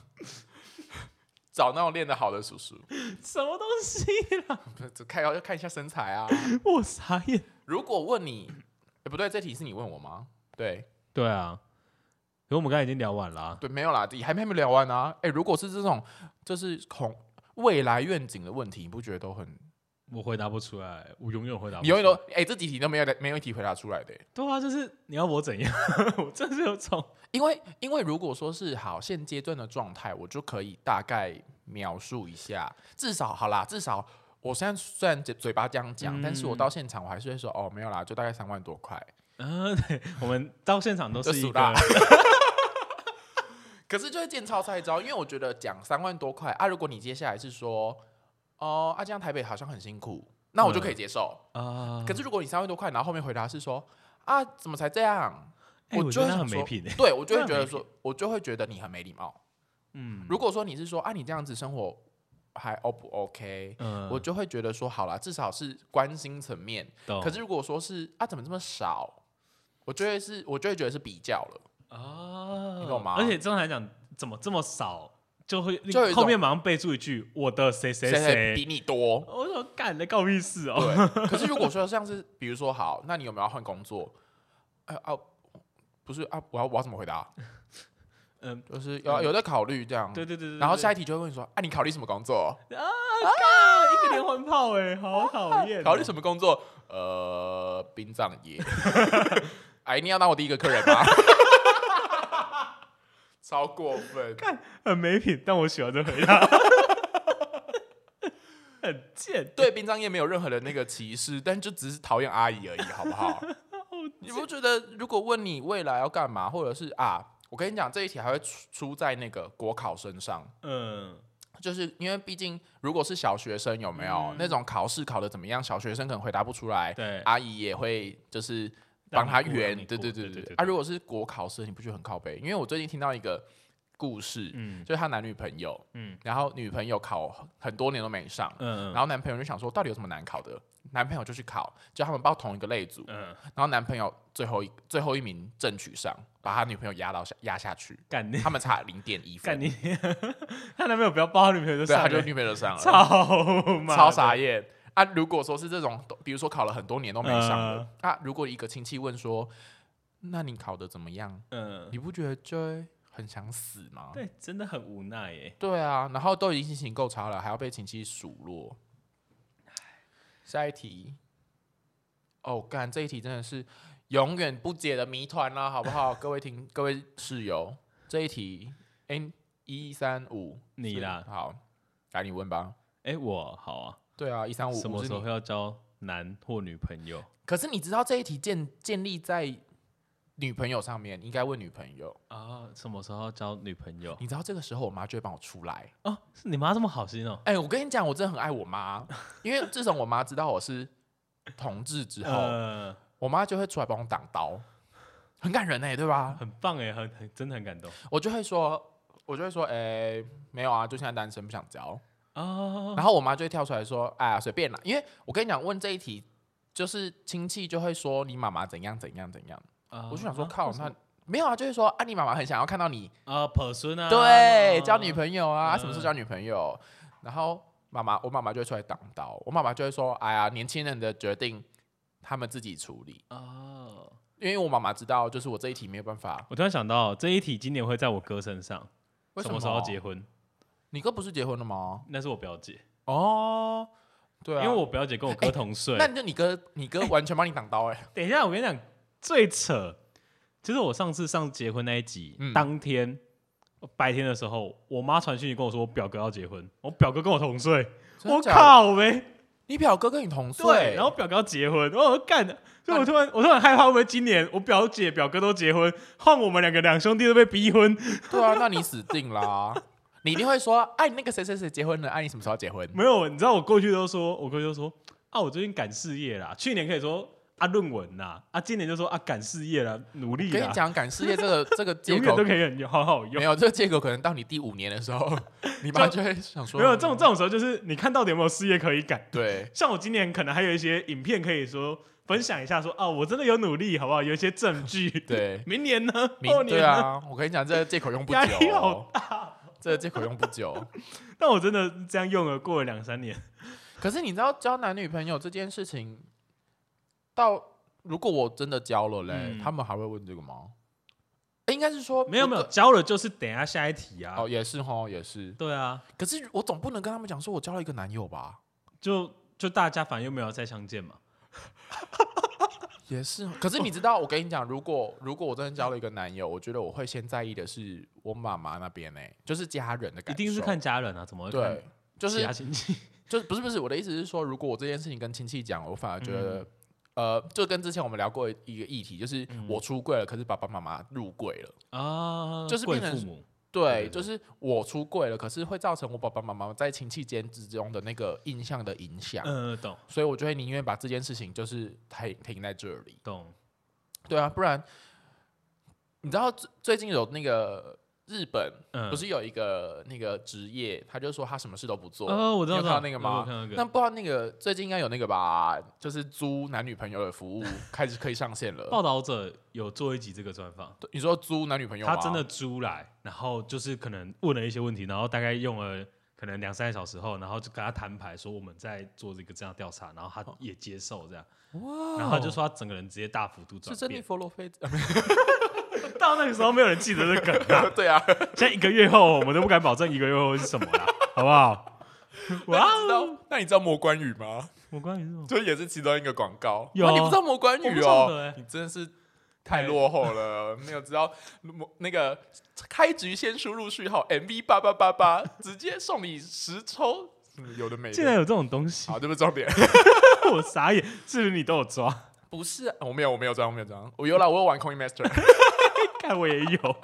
[SPEAKER 3] 找那种练的好的叔叔，
[SPEAKER 4] 什么东西啦？
[SPEAKER 3] 这看要要看一下身材啊。
[SPEAKER 4] 我傻眼。
[SPEAKER 3] 如果问你，诶不对，这题是你问我吗？对
[SPEAKER 4] 对啊，可我们刚才已经聊完了啊、
[SPEAKER 3] 对，没有啦，还没还没聊完啊。哎、如果是这种，就是恐未来愿景的问题，你不觉得都很？
[SPEAKER 4] 我回答不出来，我永远回答不
[SPEAKER 3] 你
[SPEAKER 4] 出来。
[SPEAKER 3] 永远都哎、这几题都没有没有一题回答出来的、
[SPEAKER 4] 对啊，就是你要我怎样？ 我真是有种
[SPEAKER 3] 因为因为如果说是好现阶段的状态，我就可以大概描述一下，至少好啦，至少我现在虽然嘴嘴巴这样讲，但是
[SPEAKER 4] 嗯
[SPEAKER 3] 我到现场我还是会说哦没有啦，就大概三万多块。
[SPEAKER 4] 啊！对，我们到现场都是
[SPEAKER 3] 就
[SPEAKER 4] 一
[SPEAKER 3] 数啦
[SPEAKER 4] 个，
[SPEAKER 3] 可是就会见招拆招，因为我觉得讲三万多块啊，如果你接下来是说哦啊这样台北好像很辛苦，那我就可
[SPEAKER 4] 嗯
[SPEAKER 3] 以接受。
[SPEAKER 4] 啊。
[SPEAKER 3] 可是如果你三万多块，然后后面回答是说啊怎么才这样，
[SPEAKER 4] 哎我
[SPEAKER 3] 就
[SPEAKER 4] 觉
[SPEAKER 3] 会
[SPEAKER 4] 得他
[SPEAKER 3] 想
[SPEAKER 4] 很没
[SPEAKER 3] 说
[SPEAKER 4] 品欸
[SPEAKER 3] 对 我就会
[SPEAKER 4] 那很
[SPEAKER 3] 觉得
[SPEAKER 4] 没
[SPEAKER 3] 说，我就会觉得你很没礼貌。
[SPEAKER 4] 嗯
[SPEAKER 3] 如果说你是说啊，你这样子生活还 O 不 OK，、
[SPEAKER 4] 嗯
[SPEAKER 3] 我就会觉得说好啦，至少是关心层面。
[SPEAKER 4] 懂
[SPEAKER 3] 可是如果说是啊，怎么这么少，我就会是，我就会觉得是比较了。
[SPEAKER 4] 啊，
[SPEAKER 3] 你懂吗
[SPEAKER 4] 而且正常来讲，怎么这么少，就会
[SPEAKER 3] 就有一种
[SPEAKER 4] 后面马上备注一句“我的谁谁
[SPEAKER 3] 谁嗯比你多？
[SPEAKER 4] 我说干的告屁事哦、
[SPEAKER 3] 对。可是如果说像是比如说好，那你有没有要换工作？哎啊，不是啊，我要我要怎么回答？
[SPEAKER 4] 嗯，
[SPEAKER 3] 就是有有在考虑这样。
[SPEAKER 4] 对对对对。
[SPEAKER 3] 然后下
[SPEAKER 4] 一
[SPEAKER 3] 一题就会问你说啊，你考虑什么工作？
[SPEAKER 4] 啊一个连环炮哎、好讨厌、
[SPEAKER 3] 考虑
[SPEAKER 4] 么？
[SPEAKER 3] 什么工作？呃，殡葬业。哎，你要当我第一个客人吗？ 超过分！
[SPEAKER 4] 很没品，但我喜欢这回答， 很贱。
[SPEAKER 3] 对殡葬业没有任何的那个歧视，但就只是讨厌阿姨而已，好不好？你不觉得如果问你未来要干嘛，或者是啊，我跟你讲这一题还会出出在那个国考身上，
[SPEAKER 4] 嗯，
[SPEAKER 3] 就是因为毕竟如果是小学生，有没有、那种考试考的怎么样，小学生可能回答不出来，
[SPEAKER 4] 对，
[SPEAKER 3] 阿姨也会就是帮
[SPEAKER 4] 让你
[SPEAKER 3] 他
[SPEAKER 4] 过
[SPEAKER 3] 圆
[SPEAKER 4] 让你，
[SPEAKER 3] 对
[SPEAKER 4] 过
[SPEAKER 3] 对
[SPEAKER 4] 对
[SPEAKER 3] 对
[SPEAKER 4] 对
[SPEAKER 3] 对
[SPEAKER 4] 对
[SPEAKER 3] 啊，
[SPEAKER 4] 对
[SPEAKER 3] 如果是国考生，你不觉得很靠背？因为我最近听到一个故事，
[SPEAKER 4] 嗯
[SPEAKER 3] 就是他男女朋友，
[SPEAKER 4] 嗯
[SPEAKER 3] 然后女朋友考很多年都没上，
[SPEAKER 4] 嗯
[SPEAKER 3] 然后男朋友就想说到底有什么难考的，男朋友就去考，就他们报同一个类组，
[SPEAKER 4] 嗯，
[SPEAKER 3] 然后男朋友最后一最后一名正取上，把他女朋友压到下压下去，
[SPEAKER 4] 干你
[SPEAKER 3] 他们差零点一
[SPEAKER 4] 干
[SPEAKER 3] 分，
[SPEAKER 4] 你，他男朋友不要抱他女朋友就
[SPEAKER 3] 对，
[SPEAKER 4] 上
[SPEAKER 3] 他就
[SPEAKER 4] 了，
[SPEAKER 3] 女朋友就上了，
[SPEAKER 4] 超妈
[SPEAKER 3] 超
[SPEAKER 4] 的
[SPEAKER 3] 傻眼啊！如果说是这种，比如说考了很多年都没上的
[SPEAKER 4] 嗯，
[SPEAKER 3] 那、如果一个亲戚问说，那你考的怎么样？
[SPEAKER 4] 嗯，
[SPEAKER 3] 你不觉得就会很想死吗？
[SPEAKER 4] 对，真的很无奈耶。
[SPEAKER 3] 对啊，然后都已经心情够差了，还要被亲戚数落。下一题，哦，干这一题真的是永远不解的谜团啦，好不好？各位听，各位室友，这一题，N 一三五，
[SPEAKER 4] 你
[SPEAKER 3] 是
[SPEAKER 4] 啦
[SPEAKER 3] 好，来你问吧。
[SPEAKER 4] 哎、我好啊，
[SPEAKER 3] 对啊，一三五
[SPEAKER 4] 什
[SPEAKER 3] 五
[SPEAKER 4] 么
[SPEAKER 3] 是
[SPEAKER 4] 时候
[SPEAKER 3] 你。
[SPEAKER 4] 要交男或女朋友？
[SPEAKER 3] 可是你知道这一题建建立在女朋友上面，应该问女朋友。
[SPEAKER 4] 啊，什么时候要交女朋友？
[SPEAKER 3] 你知道这个时候，我妈就会帮我出来。
[SPEAKER 4] 哦，是你妈这么好心哦。
[SPEAKER 3] 哎、我跟你讲，我真的很爱我妈，因为自从我妈知道我是同志之后，
[SPEAKER 4] 呃，
[SPEAKER 3] 我妈就会出来帮我挡刀，很感人哎、对吧？
[SPEAKER 4] 很棒哎，很很真的很感动
[SPEAKER 3] 我就会说，我就会说，哎、没有啊，就现在单身，不想交。
[SPEAKER 4] 哦。
[SPEAKER 3] 然后我妈就会跳出来说，哎呀，随便啦，因为我跟你讲，问这一题，就是亲戚就会说你妈妈怎样怎样怎样，我就想说，靠，那没有啊，就是说，啊，你妈妈很想要看到你
[SPEAKER 4] 啊，婆孙 啊，
[SPEAKER 3] 对，
[SPEAKER 4] 啊
[SPEAKER 3] 交女朋友啊，
[SPEAKER 4] 嗯
[SPEAKER 3] 什么时候交女朋友？然后妈妈，我妈妈就会出来挡刀，我妈妈就会说：“哎呀，年轻人的决定他们自己处理。
[SPEAKER 4] 哦。”
[SPEAKER 3] 因为我妈妈知道，就是我这一题没有办法。
[SPEAKER 4] 我突然想到，这一题今年会在我哥身上。
[SPEAKER 3] 为
[SPEAKER 4] 么时候结
[SPEAKER 3] 婚？
[SPEAKER 4] 婚？
[SPEAKER 3] 你哥不是结婚了吗？
[SPEAKER 4] 那是我表姐，
[SPEAKER 3] 哦，对啊，
[SPEAKER 4] 因为我表姐跟我哥同岁。
[SPEAKER 3] 那你就你哥，你哥完全帮你挡刀 哎、
[SPEAKER 4] 等一下，我跟你讲，最扯，就是我上次上结婚那一集，
[SPEAKER 3] 嗯
[SPEAKER 4] 当天白天的时候，我妈传讯息跟我说，我表哥要结婚，我表哥跟我同岁，
[SPEAKER 3] 真的
[SPEAKER 4] 我
[SPEAKER 3] 假的！
[SPEAKER 4] 靠呗，
[SPEAKER 3] 你表哥跟你同岁，
[SPEAKER 4] 对，然后表哥要结婚，我干的，所以我突然我突然害怕，会不会今年我表姐表哥都结婚，换我们两个两兄弟都被逼婚？
[SPEAKER 3] 对啊，那你死定啦！你一定会说：“哎，你那个谁谁谁结婚了，哎，你什么时候结婚
[SPEAKER 4] 没有，你知道我过去都说，我过去都说啊，我最近赶事业啦，去年可以说啊论文啦，啊今年就说啊赶事业啦，努？”力
[SPEAKER 3] 跟你
[SPEAKER 4] 啦，
[SPEAKER 3] 讲，赶事业这个这个借
[SPEAKER 4] 啊永
[SPEAKER 3] 口
[SPEAKER 4] 远都可以很好好用
[SPEAKER 3] 没。有这个借口，可能到你第五年的时 候，你妈就会想说
[SPEAKER 4] 没有这种这种时候，就是你看到底有没有事业可以改。
[SPEAKER 3] 对
[SPEAKER 4] 像我今年可能还有一些影片可以说分享一下说，哦，我真的有努力，好不好？有一些证据。，
[SPEAKER 3] 对
[SPEAKER 4] 明年呢？
[SPEAKER 3] 明
[SPEAKER 4] 后年
[SPEAKER 3] 对
[SPEAKER 4] 呢？
[SPEAKER 3] 啊，我跟你讲，这个借口用不
[SPEAKER 4] 压
[SPEAKER 3] 久
[SPEAKER 4] 力好
[SPEAKER 3] 哦，这个借口用不久。
[SPEAKER 4] 但我真的这样用了过了两三年，
[SPEAKER 3] 可是你知道交男女朋友这件事情，到如果我真的交了嘞
[SPEAKER 4] 嗯，
[SPEAKER 3] 他们还会问这个吗？诶应该是说
[SPEAKER 4] 没有没有
[SPEAKER 3] 不对
[SPEAKER 4] 交了，就是等一下下一题啊。
[SPEAKER 3] 哦，也是哈，也是。
[SPEAKER 4] 对啊，
[SPEAKER 3] 可是我总不能跟他们讲说我交了一个男友吧？
[SPEAKER 4] 就就大家反正又没有再相见嘛。
[SPEAKER 3] 也是 哦，可是你知道，我跟你讲，如果如果我真的交了一个男友，我觉得我会先在意的是我妈妈那边呢、欸就是家人的
[SPEAKER 4] 一
[SPEAKER 3] 感受，
[SPEAKER 4] 定是看家人啊，怎么会看
[SPEAKER 3] 对，就
[SPEAKER 4] 其
[SPEAKER 3] 是
[SPEAKER 4] 他亲戚？
[SPEAKER 3] 就是不是不是我的意思是说，如果我这件事情跟亲戚讲，我反而觉
[SPEAKER 4] 嗯
[SPEAKER 3] 得、呃，就跟之前我们聊过一个议题，就是
[SPEAKER 4] 嗯
[SPEAKER 3] 我出柜了，可是爸爸妈妈入柜了，
[SPEAKER 4] 啊，
[SPEAKER 3] 就是
[SPEAKER 4] 贵
[SPEAKER 3] 变成
[SPEAKER 4] 父母对
[SPEAKER 3] 对，
[SPEAKER 4] 对
[SPEAKER 3] 就是我出柜了，可是会造成我爸爸妈妈在亲戚间之中的那个印象的影响，
[SPEAKER 4] 嗯，懂
[SPEAKER 3] 所以我就会宁愿把这件事情就是停停在这里。
[SPEAKER 4] 懂，
[SPEAKER 3] 对啊，不然你知道最最近有那个日本
[SPEAKER 4] 嗯，
[SPEAKER 3] 不是有一个那个职业，他就说他什么事都不做。
[SPEAKER 4] 哦，我知道，
[SPEAKER 3] 你有
[SPEAKER 4] 知
[SPEAKER 3] 看
[SPEAKER 4] 道
[SPEAKER 3] 到那个吗
[SPEAKER 4] 我有看到那
[SPEAKER 3] 那
[SPEAKER 4] 个
[SPEAKER 3] 不知道那个最近应该有那个吧，就是租男女朋友的服务开始可以上线了。
[SPEAKER 4] 报道者有做一集这个专访，
[SPEAKER 3] 对你说租男女朋友吗？
[SPEAKER 4] 他真的租来，然后就是可能问了一些问题，然后大概用了可能两三个小时后，然后就跟他摊牌说我们在做这个这样的调查，然后他也接受这样，然后他就说他整个人直接大幅度
[SPEAKER 3] 是
[SPEAKER 4] 转
[SPEAKER 3] 珍妮
[SPEAKER 4] 变。
[SPEAKER 3] 佛洛菲 兹？
[SPEAKER 4] 到那个时候没有人记得这梗啊，
[SPEAKER 3] 对啊，
[SPEAKER 4] 现在一个月后我们都不敢保证一个月后是什么啦，好不好？ 哇哦
[SPEAKER 3] 那你知道 那你知道魔关羽吗？
[SPEAKER 4] 我关于这种
[SPEAKER 3] 就也是其中一个广告。
[SPEAKER 4] 有啊
[SPEAKER 3] 哇你不知道魔关
[SPEAKER 4] 我不
[SPEAKER 3] 羽
[SPEAKER 4] 知道的
[SPEAKER 3] 哦
[SPEAKER 4] 欸？
[SPEAKER 3] 你真的是太落后了，没有知道魔那个开局先输入序号 MV 八八八八，直接送你十抽，嗯有的没
[SPEAKER 4] 竟然
[SPEAKER 3] 的。
[SPEAKER 4] 有这种东西，
[SPEAKER 3] 好，这不是重点，
[SPEAKER 4] 我傻眼，是不是你都有抓？
[SPEAKER 3] 不是啊，我没有，我没有装，我没有装，我有啦，我有玩 Coin Master。
[SPEAKER 4] 看我也有。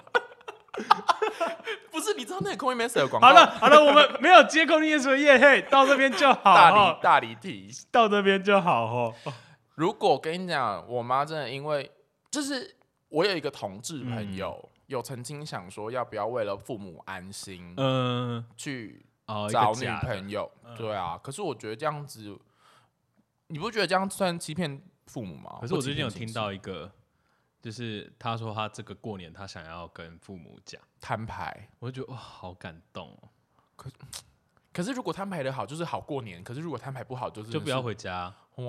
[SPEAKER 3] 不是，你知道那个 Coin Master 的广告？
[SPEAKER 4] 好了好了，我们没有接空叶水叶嘿，到这边就好
[SPEAKER 3] 大
[SPEAKER 4] 哦
[SPEAKER 3] 理，大理题。
[SPEAKER 4] 到这边就好哦。
[SPEAKER 3] 如果我跟你讲，我妈真的因为就是我有一个同志朋友，
[SPEAKER 4] 嗯
[SPEAKER 3] 有曾经想说要不要为了父母安心、
[SPEAKER 4] 嗯，
[SPEAKER 3] 去
[SPEAKER 4] 哦，
[SPEAKER 3] 找女
[SPEAKER 4] 假嗯
[SPEAKER 3] 朋友，对啊。可是我觉得这样子，你不觉得这样算欺骗父母吗？
[SPEAKER 4] 可是我
[SPEAKER 3] 或欺
[SPEAKER 4] 最近有
[SPEAKER 3] 骗亲
[SPEAKER 4] 听
[SPEAKER 3] 戚
[SPEAKER 4] 到一个，就是他说他这个过年他想要跟父母讲，
[SPEAKER 3] 摊牌，
[SPEAKER 4] 我就觉得哇，好感动哦，
[SPEAKER 3] 可是如果摊牌的好，就是好过年；可是如果摊牌不好，就是
[SPEAKER 4] 就不要回家。
[SPEAKER 3] 哇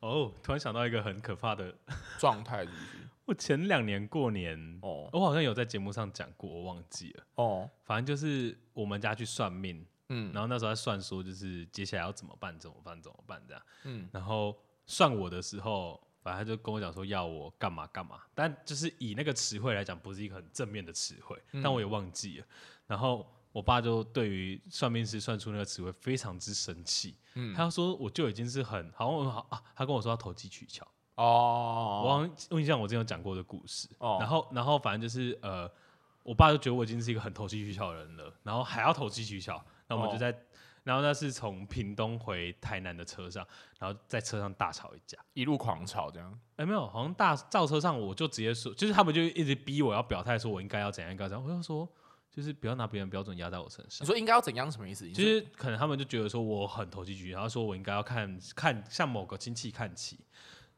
[SPEAKER 4] 哦，突然想到一个很可怕的，
[SPEAKER 3] 状态，是不是？
[SPEAKER 4] 我前两年过年，
[SPEAKER 3] 哦
[SPEAKER 4] 我好像有在节目上讲过，我忘记了。
[SPEAKER 3] 哦，
[SPEAKER 4] 反正就是我们家去算命，
[SPEAKER 3] 嗯
[SPEAKER 4] 然后那时候在算说，就是接下来要怎么办，怎么办，怎么办这样。
[SPEAKER 3] 嗯
[SPEAKER 4] 然后算我的时候，反正他就跟我讲说要我干嘛干嘛，但就是以那个词汇来讲，不是一个很正面的词汇，但我也忘记了。然后我爸就对于算命师算出那个词汇非常之生气，他就说我就已经是很好像我好啊，他跟我说要投机取巧，我
[SPEAKER 3] 哦，
[SPEAKER 4] 好像我印象我之前有讲过的故事，
[SPEAKER 3] 哦
[SPEAKER 4] 然后然后反正就是呃，我爸就觉得我已经是一个很投机取巧的人了，然后还要投机取巧，那我们
[SPEAKER 3] 哦
[SPEAKER 4] 就在，然后那是从屏东回台南的车上，然后在车上大吵一架，
[SPEAKER 3] 一路狂吵这样，
[SPEAKER 4] 哎、没有，好像大照车上我就直接说，就是他们就一直逼我要表态，说我应该要怎样，应该怎样，我就说就是不要拿别人标准压在我身上
[SPEAKER 3] 你。说应该要怎样什么意思？你
[SPEAKER 4] 就
[SPEAKER 3] 说
[SPEAKER 4] 是可能他们就觉得说我很投机取巧，然后说我应该要看看向某个亲戚看齐。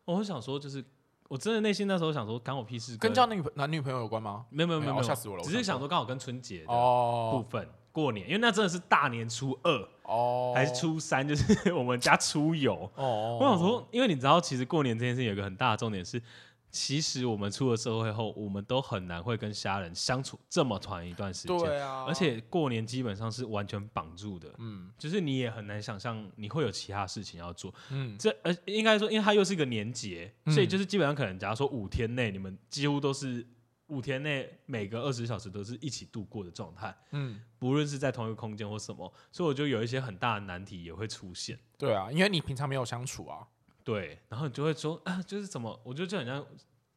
[SPEAKER 4] 我会想说，就是我真的内心那时候想说，干我屁事
[SPEAKER 3] 跟交女朋男女朋友有关吗？
[SPEAKER 4] 没有没有没有
[SPEAKER 3] 没有
[SPEAKER 4] 没有，
[SPEAKER 3] 哎哦吓死我了
[SPEAKER 4] 只
[SPEAKER 3] 我
[SPEAKER 4] 是
[SPEAKER 3] 想
[SPEAKER 4] 想
[SPEAKER 3] 说
[SPEAKER 4] 说刚好跟春节的啊部
[SPEAKER 3] 哦
[SPEAKER 4] 分、过年，因为那真的是大年初二、
[SPEAKER 3] 哦，
[SPEAKER 4] 还是初三， 就是我们家出游。
[SPEAKER 3] 哦，
[SPEAKER 4] 我想说，因为你知道，其实过年这件事情有一个很大的重点是，其实我们出了社会后，我们都很难会跟家人相处这么长一段时间。
[SPEAKER 3] 对啊，
[SPEAKER 4] 而且过年基本上是完全绑住的，
[SPEAKER 3] 嗯
[SPEAKER 4] 就是你也很难想象你会有其他事情要做。
[SPEAKER 3] 嗯
[SPEAKER 4] 这呃，应该说，因为它又是一个年节，所以就是基本上可能，假如说五天内，你们几乎都是五天内每个二十小时都是一起度过的状态，
[SPEAKER 3] 嗯，
[SPEAKER 4] 不论是在同一个空间或什么，所以我就有一些很大的难题也会出现。
[SPEAKER 3] 对啊，因为你平常没有相处啊，
[SPEAKER 4] 对，然后你就会说啊，就是怎么，我觉得就很像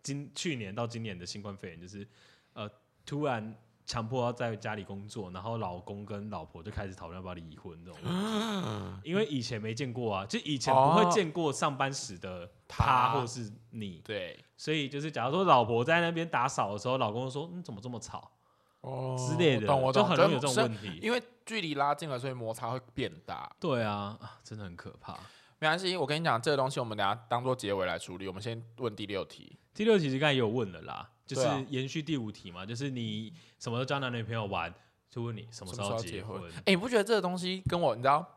[SPEAKER 4] 今去年到今年的新冠肺炎，就是呃，突然强迫要在家里工作，然后老公跟老婆就开始讨论要不要离婚这种问
[SPEAKER 3] 啊
[SPEAKER 4] 题，因为以前没见过啊，就以前不会见过上班时的他
[SPEAKER 3] 哦他
[SPEAKER 4] 或是你，
[SPEAKER 3] 对
[SPEAKER 4] 所以就是假如说老婆在那边打扫的时候，老公就说嗯你怎么这么吵
[SPEAKER 3] 哦
[SPEAKER 4] 之类的，
[SPEAKER 3] 懂我
[SPEAKER 4] 就
[SPEAKER 3] 懂，
[SPEAKER 4] 很容易有这
[SPEAKER 3] 就
[SPEAKER 4] 种
[SPEAKER 3] 是
[SPEAKER 4] 问题。
[SPEAKER 3] 因为距离拉近了，所以摩擦会变大。
[SPEAKER 4] 对啊，啊真的很可怕。
[SPEAKER 3] 没关系，我跟你讲，这个东西我们等下当做结尾来处理。我们先问第六题。
[SPEAKER 4] 第六题其实刚才也有问了啦，就是
[SPEAKER 3] 对啊
[SPEAKER 4] 延续第五题嘛，就是你什么时候交男女朋友玩，就问你什么时候结
[SPEAKER 3] 什么时候哎、你不觉得这个东西跟我，你知道，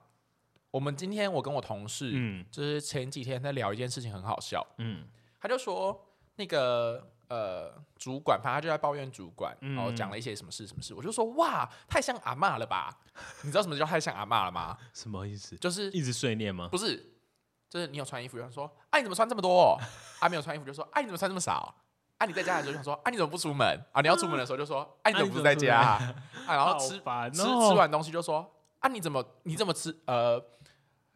[SPEAKER 3] 我们今天我跟我同事，
[SPEAKER 4] 嗯
[SPEAKER 3] 就是前几天在聊一件事情，很好笑。
[SPEAKER 4] 嗯，
[SPEAKER 3] 他就说那个呃主管，反正他就在抱怨主管，
[SPEAKER 4] 嗯
[SPEAKER 3] 然后讲了一些什么事什么事，我就说哇，太像阿嬷了吧？你知道什么叫太像阿嬷了吗？
[SPEAKER 4] 什么意思？
[SPEAKER 3] 就是
[SPEAKER 4] 一直碎念吗？
[SPEAKER 3] 不是，就是你有穿衣服，有人说啊你怎么穿这么多？啊没有穿衣服就说啊你怎么穿这么少？啊你在家的时候就想说啊你怎么不出门？啊你要出门的时候就说啊你怎么不在家啊？啊然后吃
[SPEAKER 4] 好烦哦
[SPEAKER 3] 吃吃完东西就说啊你怎么你怎么吃？呃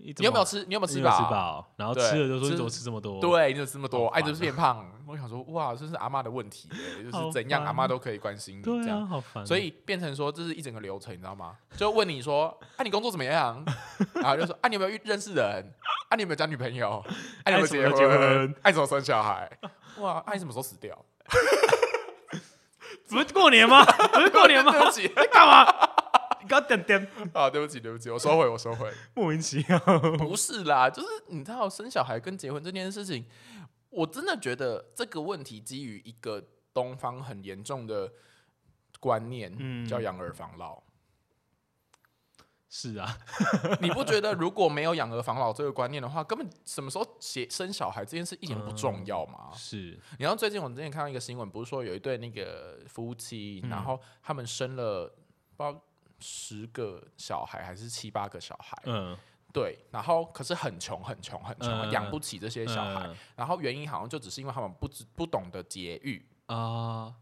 [SPEAKER 4] 你怎
[SPEAKER 3] 你
[SPEAKER 4] 么
[SPEAKER 3] 有没有吃？你有没有
[SPEAKER 4] 你
[SPEAKER 3] 吃
[SPEAKER 4] 有没有吃
[SPEAKER 3] 饱？
[SPEAKER 4] 饱？然后吃
[SPEAKER 3] 对
[SPEAKER 4] 了就说
[SPEAKER 3] 吃
[SPEAKER 4] 你怎么吃这么多？，
[SPEAKER 3] 对，你怎么吃那么多？
[SPEAKER 4] 好
[SPEAKER 3] 哎，
[SPEAKER 4] 烦哦
[SPEAKER 3] 你怎么变胖？我想说哇，这是阿嬷的问题耶，就是
[SPEAKER 4] 好
[SPEAKER 3] 怎样
[SPEAKER 4] 烦哦
[SPEAKER 3] 阿嬷都可以关心你这
[SPEAKER 4] 对
[SPEAKER 3] 样
[SPEAKER 4] 啊，。好烦哦。
[SPEAKER 3] 所以变成说这是一整个流程，你知道吗？ 就问你说，啊，你工作怎么样？ 然后就说，啊，你有没有遇认识人？啊，你有没有交女朋友？啊，你有没有
[SPEAKER 4] 爱什么时候
[SPEAKER 3] 结
[SPEAKER 4] 结婚？
[SPEAKER 3] 爱怎么生小孩？哇，啊，你什么时候死掉？
[SPEAKER 4] 不是过年吗？ 不是过年 吗
[SPEAKER 3] 对？不起，
[SPEAKER 4] 在干嘛？你搞点点
[SPEAKER 3] 啊，对不起，对不起，我收回，我收回。
[SPEAKER 4] 莫名其妙。
[SPEAKER 3] 不是啦，就是你知道生小孩跟结婚这件事情，我真的觉得这个问题基于一个东方很严重的观念，
[SPEAKER 4] 嗯
[SPEAKER 3] 叫养儿防老。
[SPEAKER 4] 是啊，
[SPEAKER 3] 你不觉得如果没有养儿防老这个观念的话，根本什么时候写生小孩这件事一点都不重要吗？
[SPEAKER 4] 是
[SPEAKER 3] 你知道最近我之前看到一个新闻，不是说有一对那个夫妻，
[SPEAKER 4] 嗯
[SPEAKER 3] 然后他们生了不知道十个小孩还是七八个小孩，
[SPEAKER 4] 嗯，
[SPEAKER 3] 对，然后可是很穷很穷很穷，
[SPEAKER 4] 嗯
[SPEAKER 3] 养不起这些小孩，然后原因好像就只是因为他们不知不懂得节育。
[SPEAKER 4] 嗯啊，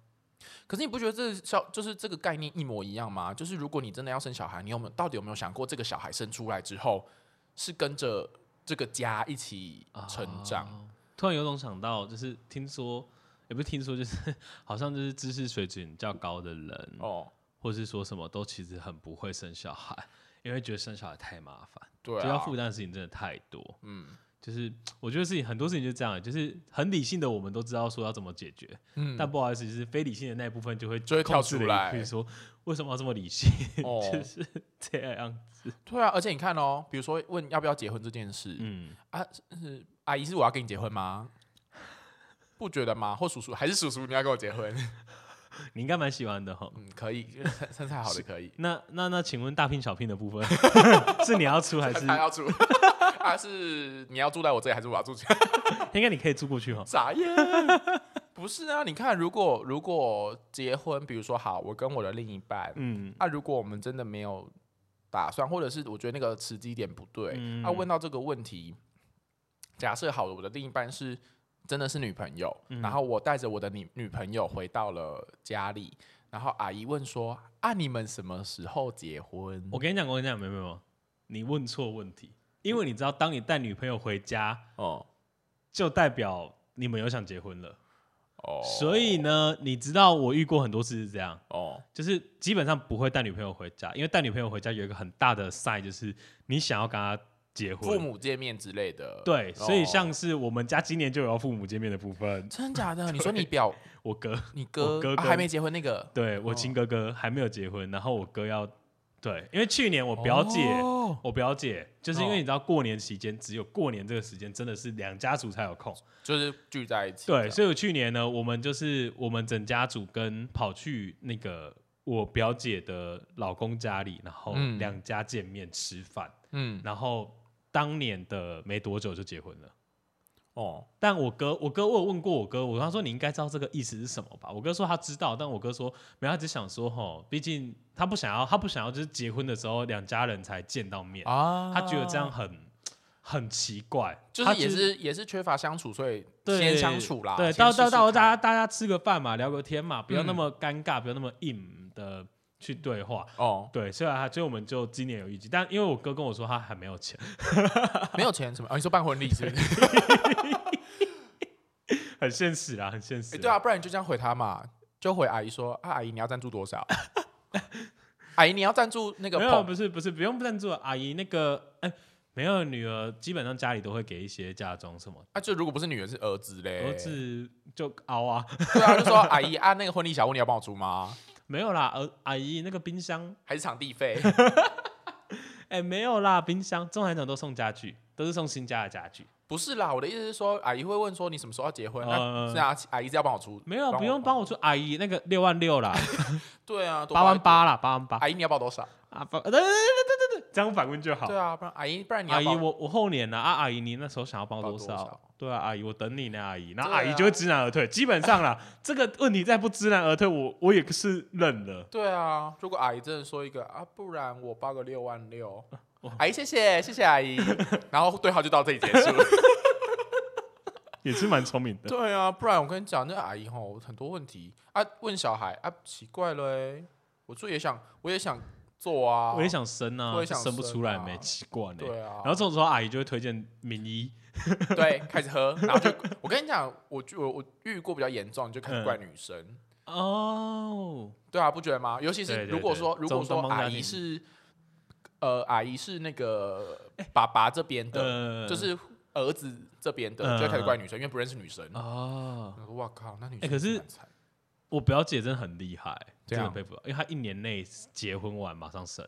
[SPEAKER 3] 可是你不觉得这小就是这个概念一模一样吗？就是如果你真的要生小孩，你有没有到底有没有想过，这个小孩生出来之后是跟着这个家一起成长？
[SPEAKER 4] 哦突然有种想到，就是听说，也不是听说，就是 好像就是知识水准较高的人，
[SPEAKER 3] 哦，
[SPEAKER 4] 或是说什么都其实很不会生小孩，因为觉得生小孩太麻烦，
[SPEAKER 3] 对
[SPEAKER 4] 就要
[SPEAKER 3] 啊，
[SPEAKER 4] 负担的事情真的太多。
[SPEAKER 3] 嗯
[SPEAKER 4] 就是我觉得事情很多事情就这样，就是很理性的我们都知道说要怎么解决，
[SPEAKER 3] 嗯，
[SPEAKER 4] 但不好意思，就是非理性的那一部分就会
[SPEAKER 3] 就会跳出来
[SPEAKER 4] 比如说为什么要这么理性，
[SPEAKER 3] 哦
[SPEAKER 4] 就是这样。
[SPEAKER 3] 对啊，而且你看哦，比如说问要不要结婚这件事，
[SPEAKER 4] 嗯，
[SPEAKER 3] 阿姨是我要跟你结婚吗？不觉得吗？或叔叔还是叔叔你要跟我结婚？
[SPEAKER 4] 你应该蛮喜欢的哈。
[SPEAKER 3] 嗯，可以，身身材好的可以，
[SPEAKER 4] 那那那，请问大聘小聘的部分 是你要出还 是
[SPEAKER 3] 他要住，他是你要住在我这里还是我要住去？
[SPEAKER 4] 应该你可以租过去哈。
[SPEAKER 3] 傻耶！不是啊，你看，如果如果结婚，比如说好，我跟我的另一半，
[SPEAKER 4] 嗯，
[SPEAKER 3] 那、如果我们真的没有打算，或者是我觉得那个时机点不对，那、
[SPEAKER 4] 嗯
[SPEAKER 3] 问到这个问题，假设好了，我的另一半是真的是女朋友，
[SPEAKER 4] 嗯
[SPEAKER 3] 然后我带着我的女女朋友回到了家里，然后阿姨问说：“啊，你们什么时候结婚？”
[SPEAKER 4] 我跟你讲，我跟你讲，没有没有没有，你问错问题，因为你知道，当你带女朋友回家，
[SPEAKER 3] 哦
[SPEAKER 4] 就代表你们有想结婚了。
[SPEAKER 3] 哦
[SPEAKER 4] 所以呢，你知道我遇过很多次是这样，
[SPEAKER 3] 哦，
[SPEAKER 4] 就是基本上不会带女朋友回家，因为带女朋友回家有一个很大的 sign，就是你想要跟她结
[SPEAKER 3] 父
[SPEAKER 4] 婚。
[SPEAKER 3] 母见面之类的，
[SPEAKER 4] 对，所以
[SPEAKER 3] 哦
[SPEAKER 4] 像是我们家今年就有要父母见面的部分，
[SPEAKER 3] 真假的，你说你表
[SPEAKER 4] 我哥，
[SPEAKER 3] 你哥
[SPEAKER 4] 我哥
[SPEAKER 3] 啊
[SPEAKER 4] 跟
[SPEAKER 3] 还没结婚那个
[SPEAKER 4] 对我亲哥哥还没有结婚，然后我哥要，对，因为去年我表姐，
[SPEAKER 3] 哦
[SPEAKER 4] 我表姐就是因为
[SPEAKER 3] 哦
[SPEAKER 4] 你知道过年期间只有过年这个时间真的是两家族才有空，
[SPEAKER 3] 就是聚在一起这样，
[SPEAKER 4] 对，所以我去年呢，我们就是我们整家族跟跑去那个我表姐的老公家里，然后
[SPEAKER 3] 嗯
[SPEAKER 4] 两家见面吃饭，
[SPEAKER 3] 嗯
[SPEAKER 4] 然后当年的没多久就结婚了。
[SPEAKER 3] 哦
[SPEAKER 4] 但我哥，我哥我有问过我哥，我跟他说你应该知道这个意思是什么吧？我哥说他知道，但我哥说没有，他只想说吼，毕竟他不想要，他不想要就是结婚的时候两家人才见到面，
[SPEAKER 3] 啊
[SPEAKER 4] 他觉得这样很很奇怪，
[SPEAKER 3] 就
[SPEAKER 4] 他
[SPEAKER 3] 是也
[SPEAKER 4] 觉得
[SPEAKER 3] 是也是缺乏相处，所以
[SPEAKER 4] 对
[SPEAKER 3] 先相处啦。
[SPEAKER 4] 对，
[SPEAKER 3] 先
[SPEAKER 4] 到
[SPEAKER 3] 试
[SPEAKER 4] 到
[SPEAKER 3] 试
[SPEAKER 4] 到
[SPEAKER 3] 看
[SPEAKER 4] 大家大家吃个饭嘛，聊个天嘛，不要那
[SPEAKER 3] 嗯
[SPEAKER 4] 么尴尬，不要那么硬的去对话。
[SPEAKER 3] 哦，
[SPEAKER 4] 对，所以啊，所以我们就今年有一集，但因为我哥跟我说他还没有钱，
[SPEAKER 3] 没有钱什么？哦，你说办婚礼是不是？
[SPEAKER 4] 很现实啦，很现实。
[SPEAKER 3] 哎 对啊，，不然你就这样回他嘛，就回阿姨说啊，阿姨你要赞助多少？ 阿姨你要赞助那个
[SPEAKER 4] 没有，
[SPEAKER 3] 捧
[SPEAKER 4] 不是不是，不用赞助阿姨那个，哎、没有女儿，基本上家里都会给一些嫁妆什么，
[SPEAKER 3] 啊，就如果不是女儿是儿子嘞，
[SPEAKER 4] 儿子就凹啊，
[SPEAKER 3] 对啊，就说阿姨啊，那个婚礼小物你要帮我出吗？
[SPEAKER 4] 没有啦，儿阿姨那个冰箱，
[SPEAKER 3] 还是场地费？
[SPEAKER 4] 哎、没有啦，冰箱，中韩厂都送家具，都是送新家的家具，
[SPEAKER 3] 不是啦，我的意思是说，阿姨会问说你什么时候要结婚？那
[SPEAKER 4] 嗯
[SPEAKER 3] 是啊，阿姨是要帮我出，
[SPEAKER 4] 没有，不用帮
[SPEAKER 3] 我。
[SPEAKER 4] 我出阿姨那个六万六啦。
[SPEAKER 3] 对 啊，多
[SPEAKER 4] 八万
[SPEAKER 3] 包
[SPEAKER 4] 八啦，八万八
[SPEAKER 3] 一点，阿姨你要报多少？
[SPEAKER 4] 啊，不，
[SPEAKER 3] 呃
[SPEAKER 4] 对对对对对，这样反问就好
[SPEAKER 3] 对。啊，不然阿姨，不然你要
[SPEAKER 4] 阿姨，
[SPEAKER 3] 报
[SPEAKER 4] 我我后年呢？啊，阿姨，你那时候想要报
[SPEAKER 3] 报
[SPEAKER 4] 多
[SPEAKER 3] 多
[SPEAKER 4] 少
[SPEAKER 3] 少？
[SPEAKER 4] 对啊，阿姨，我等你呢，阿姨。然后
[SPEAKER 3] 对啊
[SPEAKER 4] 阿姨就会知难而退，基本上啦， 这个问题再不知难而退，我我也是认了。
[SPEAKER 3] 对啊，如果阿姨真的说一个啊，不然我报个六万六，阿姨谢谢谢谢阿姨，然后对话就到这里结束。
[SPEAKER 4] 也是蛮聪明的。
[SPEAKER 3] 对啊，不然我跟你讲，那阿姨吼很多问题啊，问小孩啊，奇怪了欸，我做也想，我也想做啊，
[SPEAKER 4] 我也，想生啊，
[SPEAKER 3] 我也想
[SPEAKER 4] 生不出来
[SPEAKER 3] 生啊
[SPEAKER 4] 没，奇怪呢。
[SPEAKER 3] 对啊，
[SPEAKER 4] 然后这种时候，阿姨就会推荐名医，
[SPEAKER 3] 对开始喝，然后就我跟你讲，我就我我遇过比较严重，就开始怪女生。
[SPEAKER 4] 哦，
[SPEAKER 3] 对啊，不觉得吗？尤其
[SPEAKER 4] 对
[SPEAKER 3] 是
[SPEAKER 4] 对
[SPEAKER 3] 如果
[SPEAKER 4] 对
[SPEAKER 3] 说如果
[SPEAKER 4] 中东
[SPEAKER 3] 说
[SPEAKER 4] 方家
[SPEAKER 3] 阿姨
[SPEAKER 4] 庭
[SPEAKER 3] 是，呃，阿姨是那个
[SPEAKER 4] 哎
[SPEAKER 3] 爸爸这边的，
[SPEAKER 4] 呃，
[SPEAKER 3] 就是儿子这边
[SPEAKER 4] 嗯
[SPEAKER 3] 的，就会开始怪女生，因为不认识女生。
[SPEAKER 4] 哦，
[SPEAKER 3] 我说哇靠，那女
[SPEAKER 4] 哎
[SPEAKER 3] 生
[SPEAKER 4] 可是
[SPEAKER 3] 蛮惨
[SPEAKER 4] 我表姐真的很厉害，
[SPEAKER 3] 这
[SPEAKER 4] 真的
[SPEAKER 3] 样
[SPEAKER 4] 佩服她，因为她一年内结婚完马上生，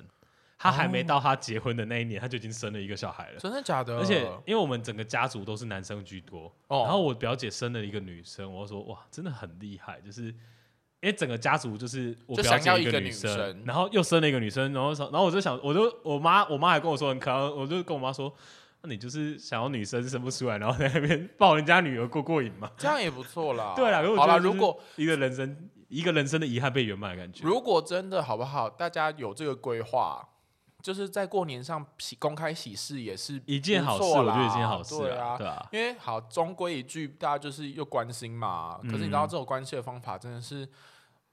[SPEAKER 4] 她还
[SPEAKER 3] 哦
[SPEAKER 4] 没到她结婚的那一年，她就已经生了一个小孩了。
[SPEAKER 3] 真的假的？
[SPEAKER 4] 而且，因为我们整个家族都是男生居多，
[SPEAKER 3] 嗯哦
[SPEAKER 4] 然后我表姐生了一个女生，我就说哇，真的很厉害，就是因为整个家族就是我
[SPEAKER 3] 就
[SPEAKER 4] 表
[SPEAKER 3] 想要
[SPEAKER 4] 姐
[SPEAKER 3] 一个
[SPEAKER 4] 女
[SPEAKER 3] 女
[SPEAKER 4] 生，
[SPEAKER 3] 生
[SPEAKER 4] 然后又生了一个女生，然后说然后我就想，我就我妈我妈还跟我说很可爱，我就跟我妈说，那你就是想要女生生不出来，然后在那边 抱人家女儿过过瘾嘛？
[SPEAKER 3] 这样也不错啦。
[SPEAKER 4] 对啦，可是我
[SPEAKER 3] 哦好
[SPEAKER 4] 觉
[SPEAKER 3] 啦，
[SPEAKER 4] 得就
[SPEAKER 3] 如
[SPEAKER 4] 是
[SPEAKER 3] 果
[SPEAKER 4] 一个人生一个人生的遗憾被圆满的感觉，
[SPEAKER 3] 如果真的好不好？大家有这个规划，就是在过年上喜公开喜事也是
[SPEAKER 4] 一件好事，
[SPEAKER 3] 不错
[SPEAKER 4] 我
[SPEAKER 3] 啦
[SPEAKER 4] 觉得一件好事
[SPEAKER 3] 对
[SPEAKER 4] 啊，
[SPEAKER 3] 啊。
[SPEAKER 4] 对啊，
[SPEAKER 3] 因为好，终归一句，大家就是又关心嘛。可是你知道
[SPEAKER 4] 嗯
[SPEAKER 3] 这种关系的方法真的是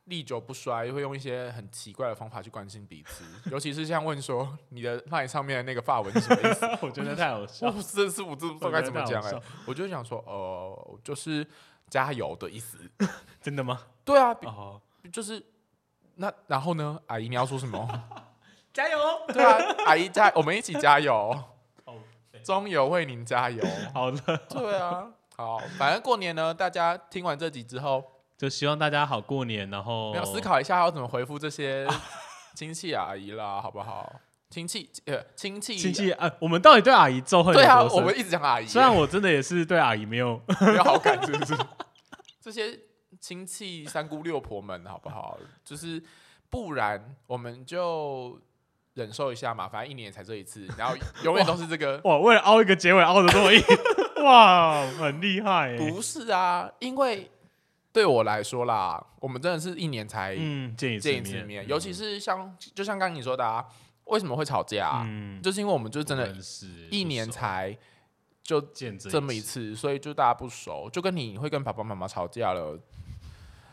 [SPEAKER 3] 历久不衰，会用一些很奇怪的方法去关心彼此，尤其是像问说你的 line 上面的那个发文是什么意 思？
[SPEAKER 4] 我觉得太好笑
[SPEAKER 3] 我
[SPEAKER 4] 了，
[SPEAKER 3] 真是我真不知道
[SPEAKER 4] 我
[SPEAKER 3] 该
[SPEAKER 4] 觉
[SPEAKER 3] 怎
[SPEAKER 4] 得
[SPEAKER 3] 么
[SPEAKER 4] 太
[SPEAKER 3] 讲
[SPEAKER 4] 好
[SPEAKER 3] 哎、
[SPEAKER 4] 笑
[SPEAKER 3] 我就想说，呃，就是加油的意思。
[SPEAKER 4] 真的吗？
[SPEAKER 3] 对啊，比
[SPEAKER 4] 哦，
[SPEAKER 3] 就是那然后呢，阿姨你要说什么？
[SPEAKER 4] 加油！
[SPEAKER 3] 对啊，阿姨加，我们一起加油
[SPEAKER 4] 好累，
[SPEAKER 3] 中油为您加油。
[SPEAKER 4] 好了。
[SPEAKER 3] 对啊，好，反正过年呢，大家听完这集之后，
[SPEAKER 4] 就希望大家好过年，然后
[SPEAKER 3] 要思考一下要怎么回复这些 亲戚阿姨啦，好不好？亲戚呃，亲戚
[SPEAKER 4] 亲戚啊，我们到底对阿姨咒恨有
[SPEAKER 3] 对啊，
[SPEAKER 4] 多深
[SPEAKER 3] 我们一直讲阿姨，
[SPEAKER 4] 虽然我真的也是对阿姨没有，。
[SPEAKER 3] 没有好感，是不是？这些亲戚三姑六婆们，好不好？就是不然我们就忍受一下嘛，反正一年才这一次，然后永远都是这个
[SPEAKER 4] 哇，为了凹一 个结尾凹的这么硬，哇，很厉害耶，
[SPEAKER 3] 不是啊，因为对我来说啦，我们真的是一年才
[SPEAKER 4] 嗯，见一次
[SPEAKER 3] 见一次面，尤其
[SPEAKER 4] 是
[SPEAKER 3] 是像就像刚你说的、啊，为什么会吵架、啊？
[SPEAKER 4] 嗯，
[SPEAKER 3] 就是因为我们就真的
[SPEAKER 4] 认识
[SPEAKER 3] 一年
[SPEAKER 4] 不熟
[SPEAKER 3] 才就
[SPEAKER 4] 见这
[SPEAKER 3] 这么一
[SPEAKER 4] 次，
[SPEAKER 3] 次，所以就大家不熟，就跟你会跟爸爸妈妈吵架了。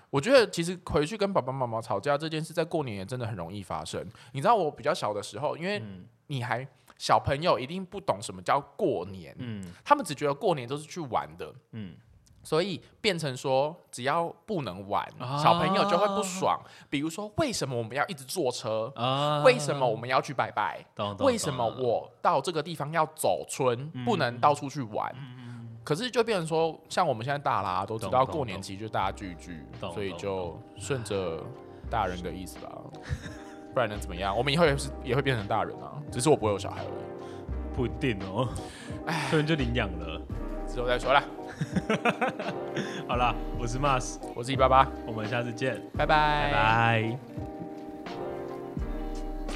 [SPEAKER 3] 我觉得其实回去跟爸爸妈妈吵架这件事，在过年也真的很容易发生。你知道我比较小的时候，因为
[SPEAKER 4] 嗯
[SPEAKER 3] 你还小朋友，一定不懂什么叫过年，
[SPEAKER 4] 嗯
[SPEAKER 3] 他们只觉得过年都是去玩的，
[SPEAKER 4] 嗯，
[SPEAKER 3] 所以变成说只要不能玩，
[SPEAKER 4] 啊
[SPEAKER 3] 小朋友就会不爽。比如说，为什么我们要一直坐车？
[SPEAKER 4] 啊
[SPEAKER 3] 为什么我们要去拜拜？
[SPEAKER 4] 懂懂
[SPEAKER 3] 为什么
[SPEAKER 4] 懂懂
[SPEAKER 3] 我到这个地方要走村，不能到处去玩？可是就变成说，像我们现在大啦，都知道
[SPEAKER 4] 嗯懂懂
[SPEAKER 3] 过年期就大家聚一聚，
[SPEAKER 4] 懂
[SPEAKER 3] 所以
[SPEAKER 4] 懂
[SPEAKER 3] 就顺着大人的意思吧，不然能怎么样？我们以后也是也会变成大人啊，只是我不会有小孩而已，
[SPEAKER 4] 不一定哦？突然就领养了。
[SPEAKER 3] 之后再说啦。
[SPEAKER 4] 好啦，我是 Mas，
[SPEAKER 3] 我是一八八，
[SPEAKER 4] 我们下次见，
[SPEAKER 3] 拜拜
[SPEAKER 4] 拜拜。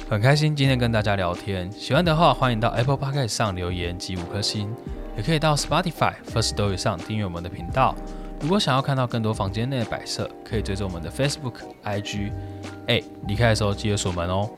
[SPEAKER 1] 很开心今天跟大家聊天，喜欢的话欢迎到 Apple Podcast 上留言及五颗星，也可以到 Spotify、First Story 上订阅我们的频道。如果想要看到更多房间内的摆设，可以追踪我们的 Facebook、IG。哎，离开的时候记得锁门哦。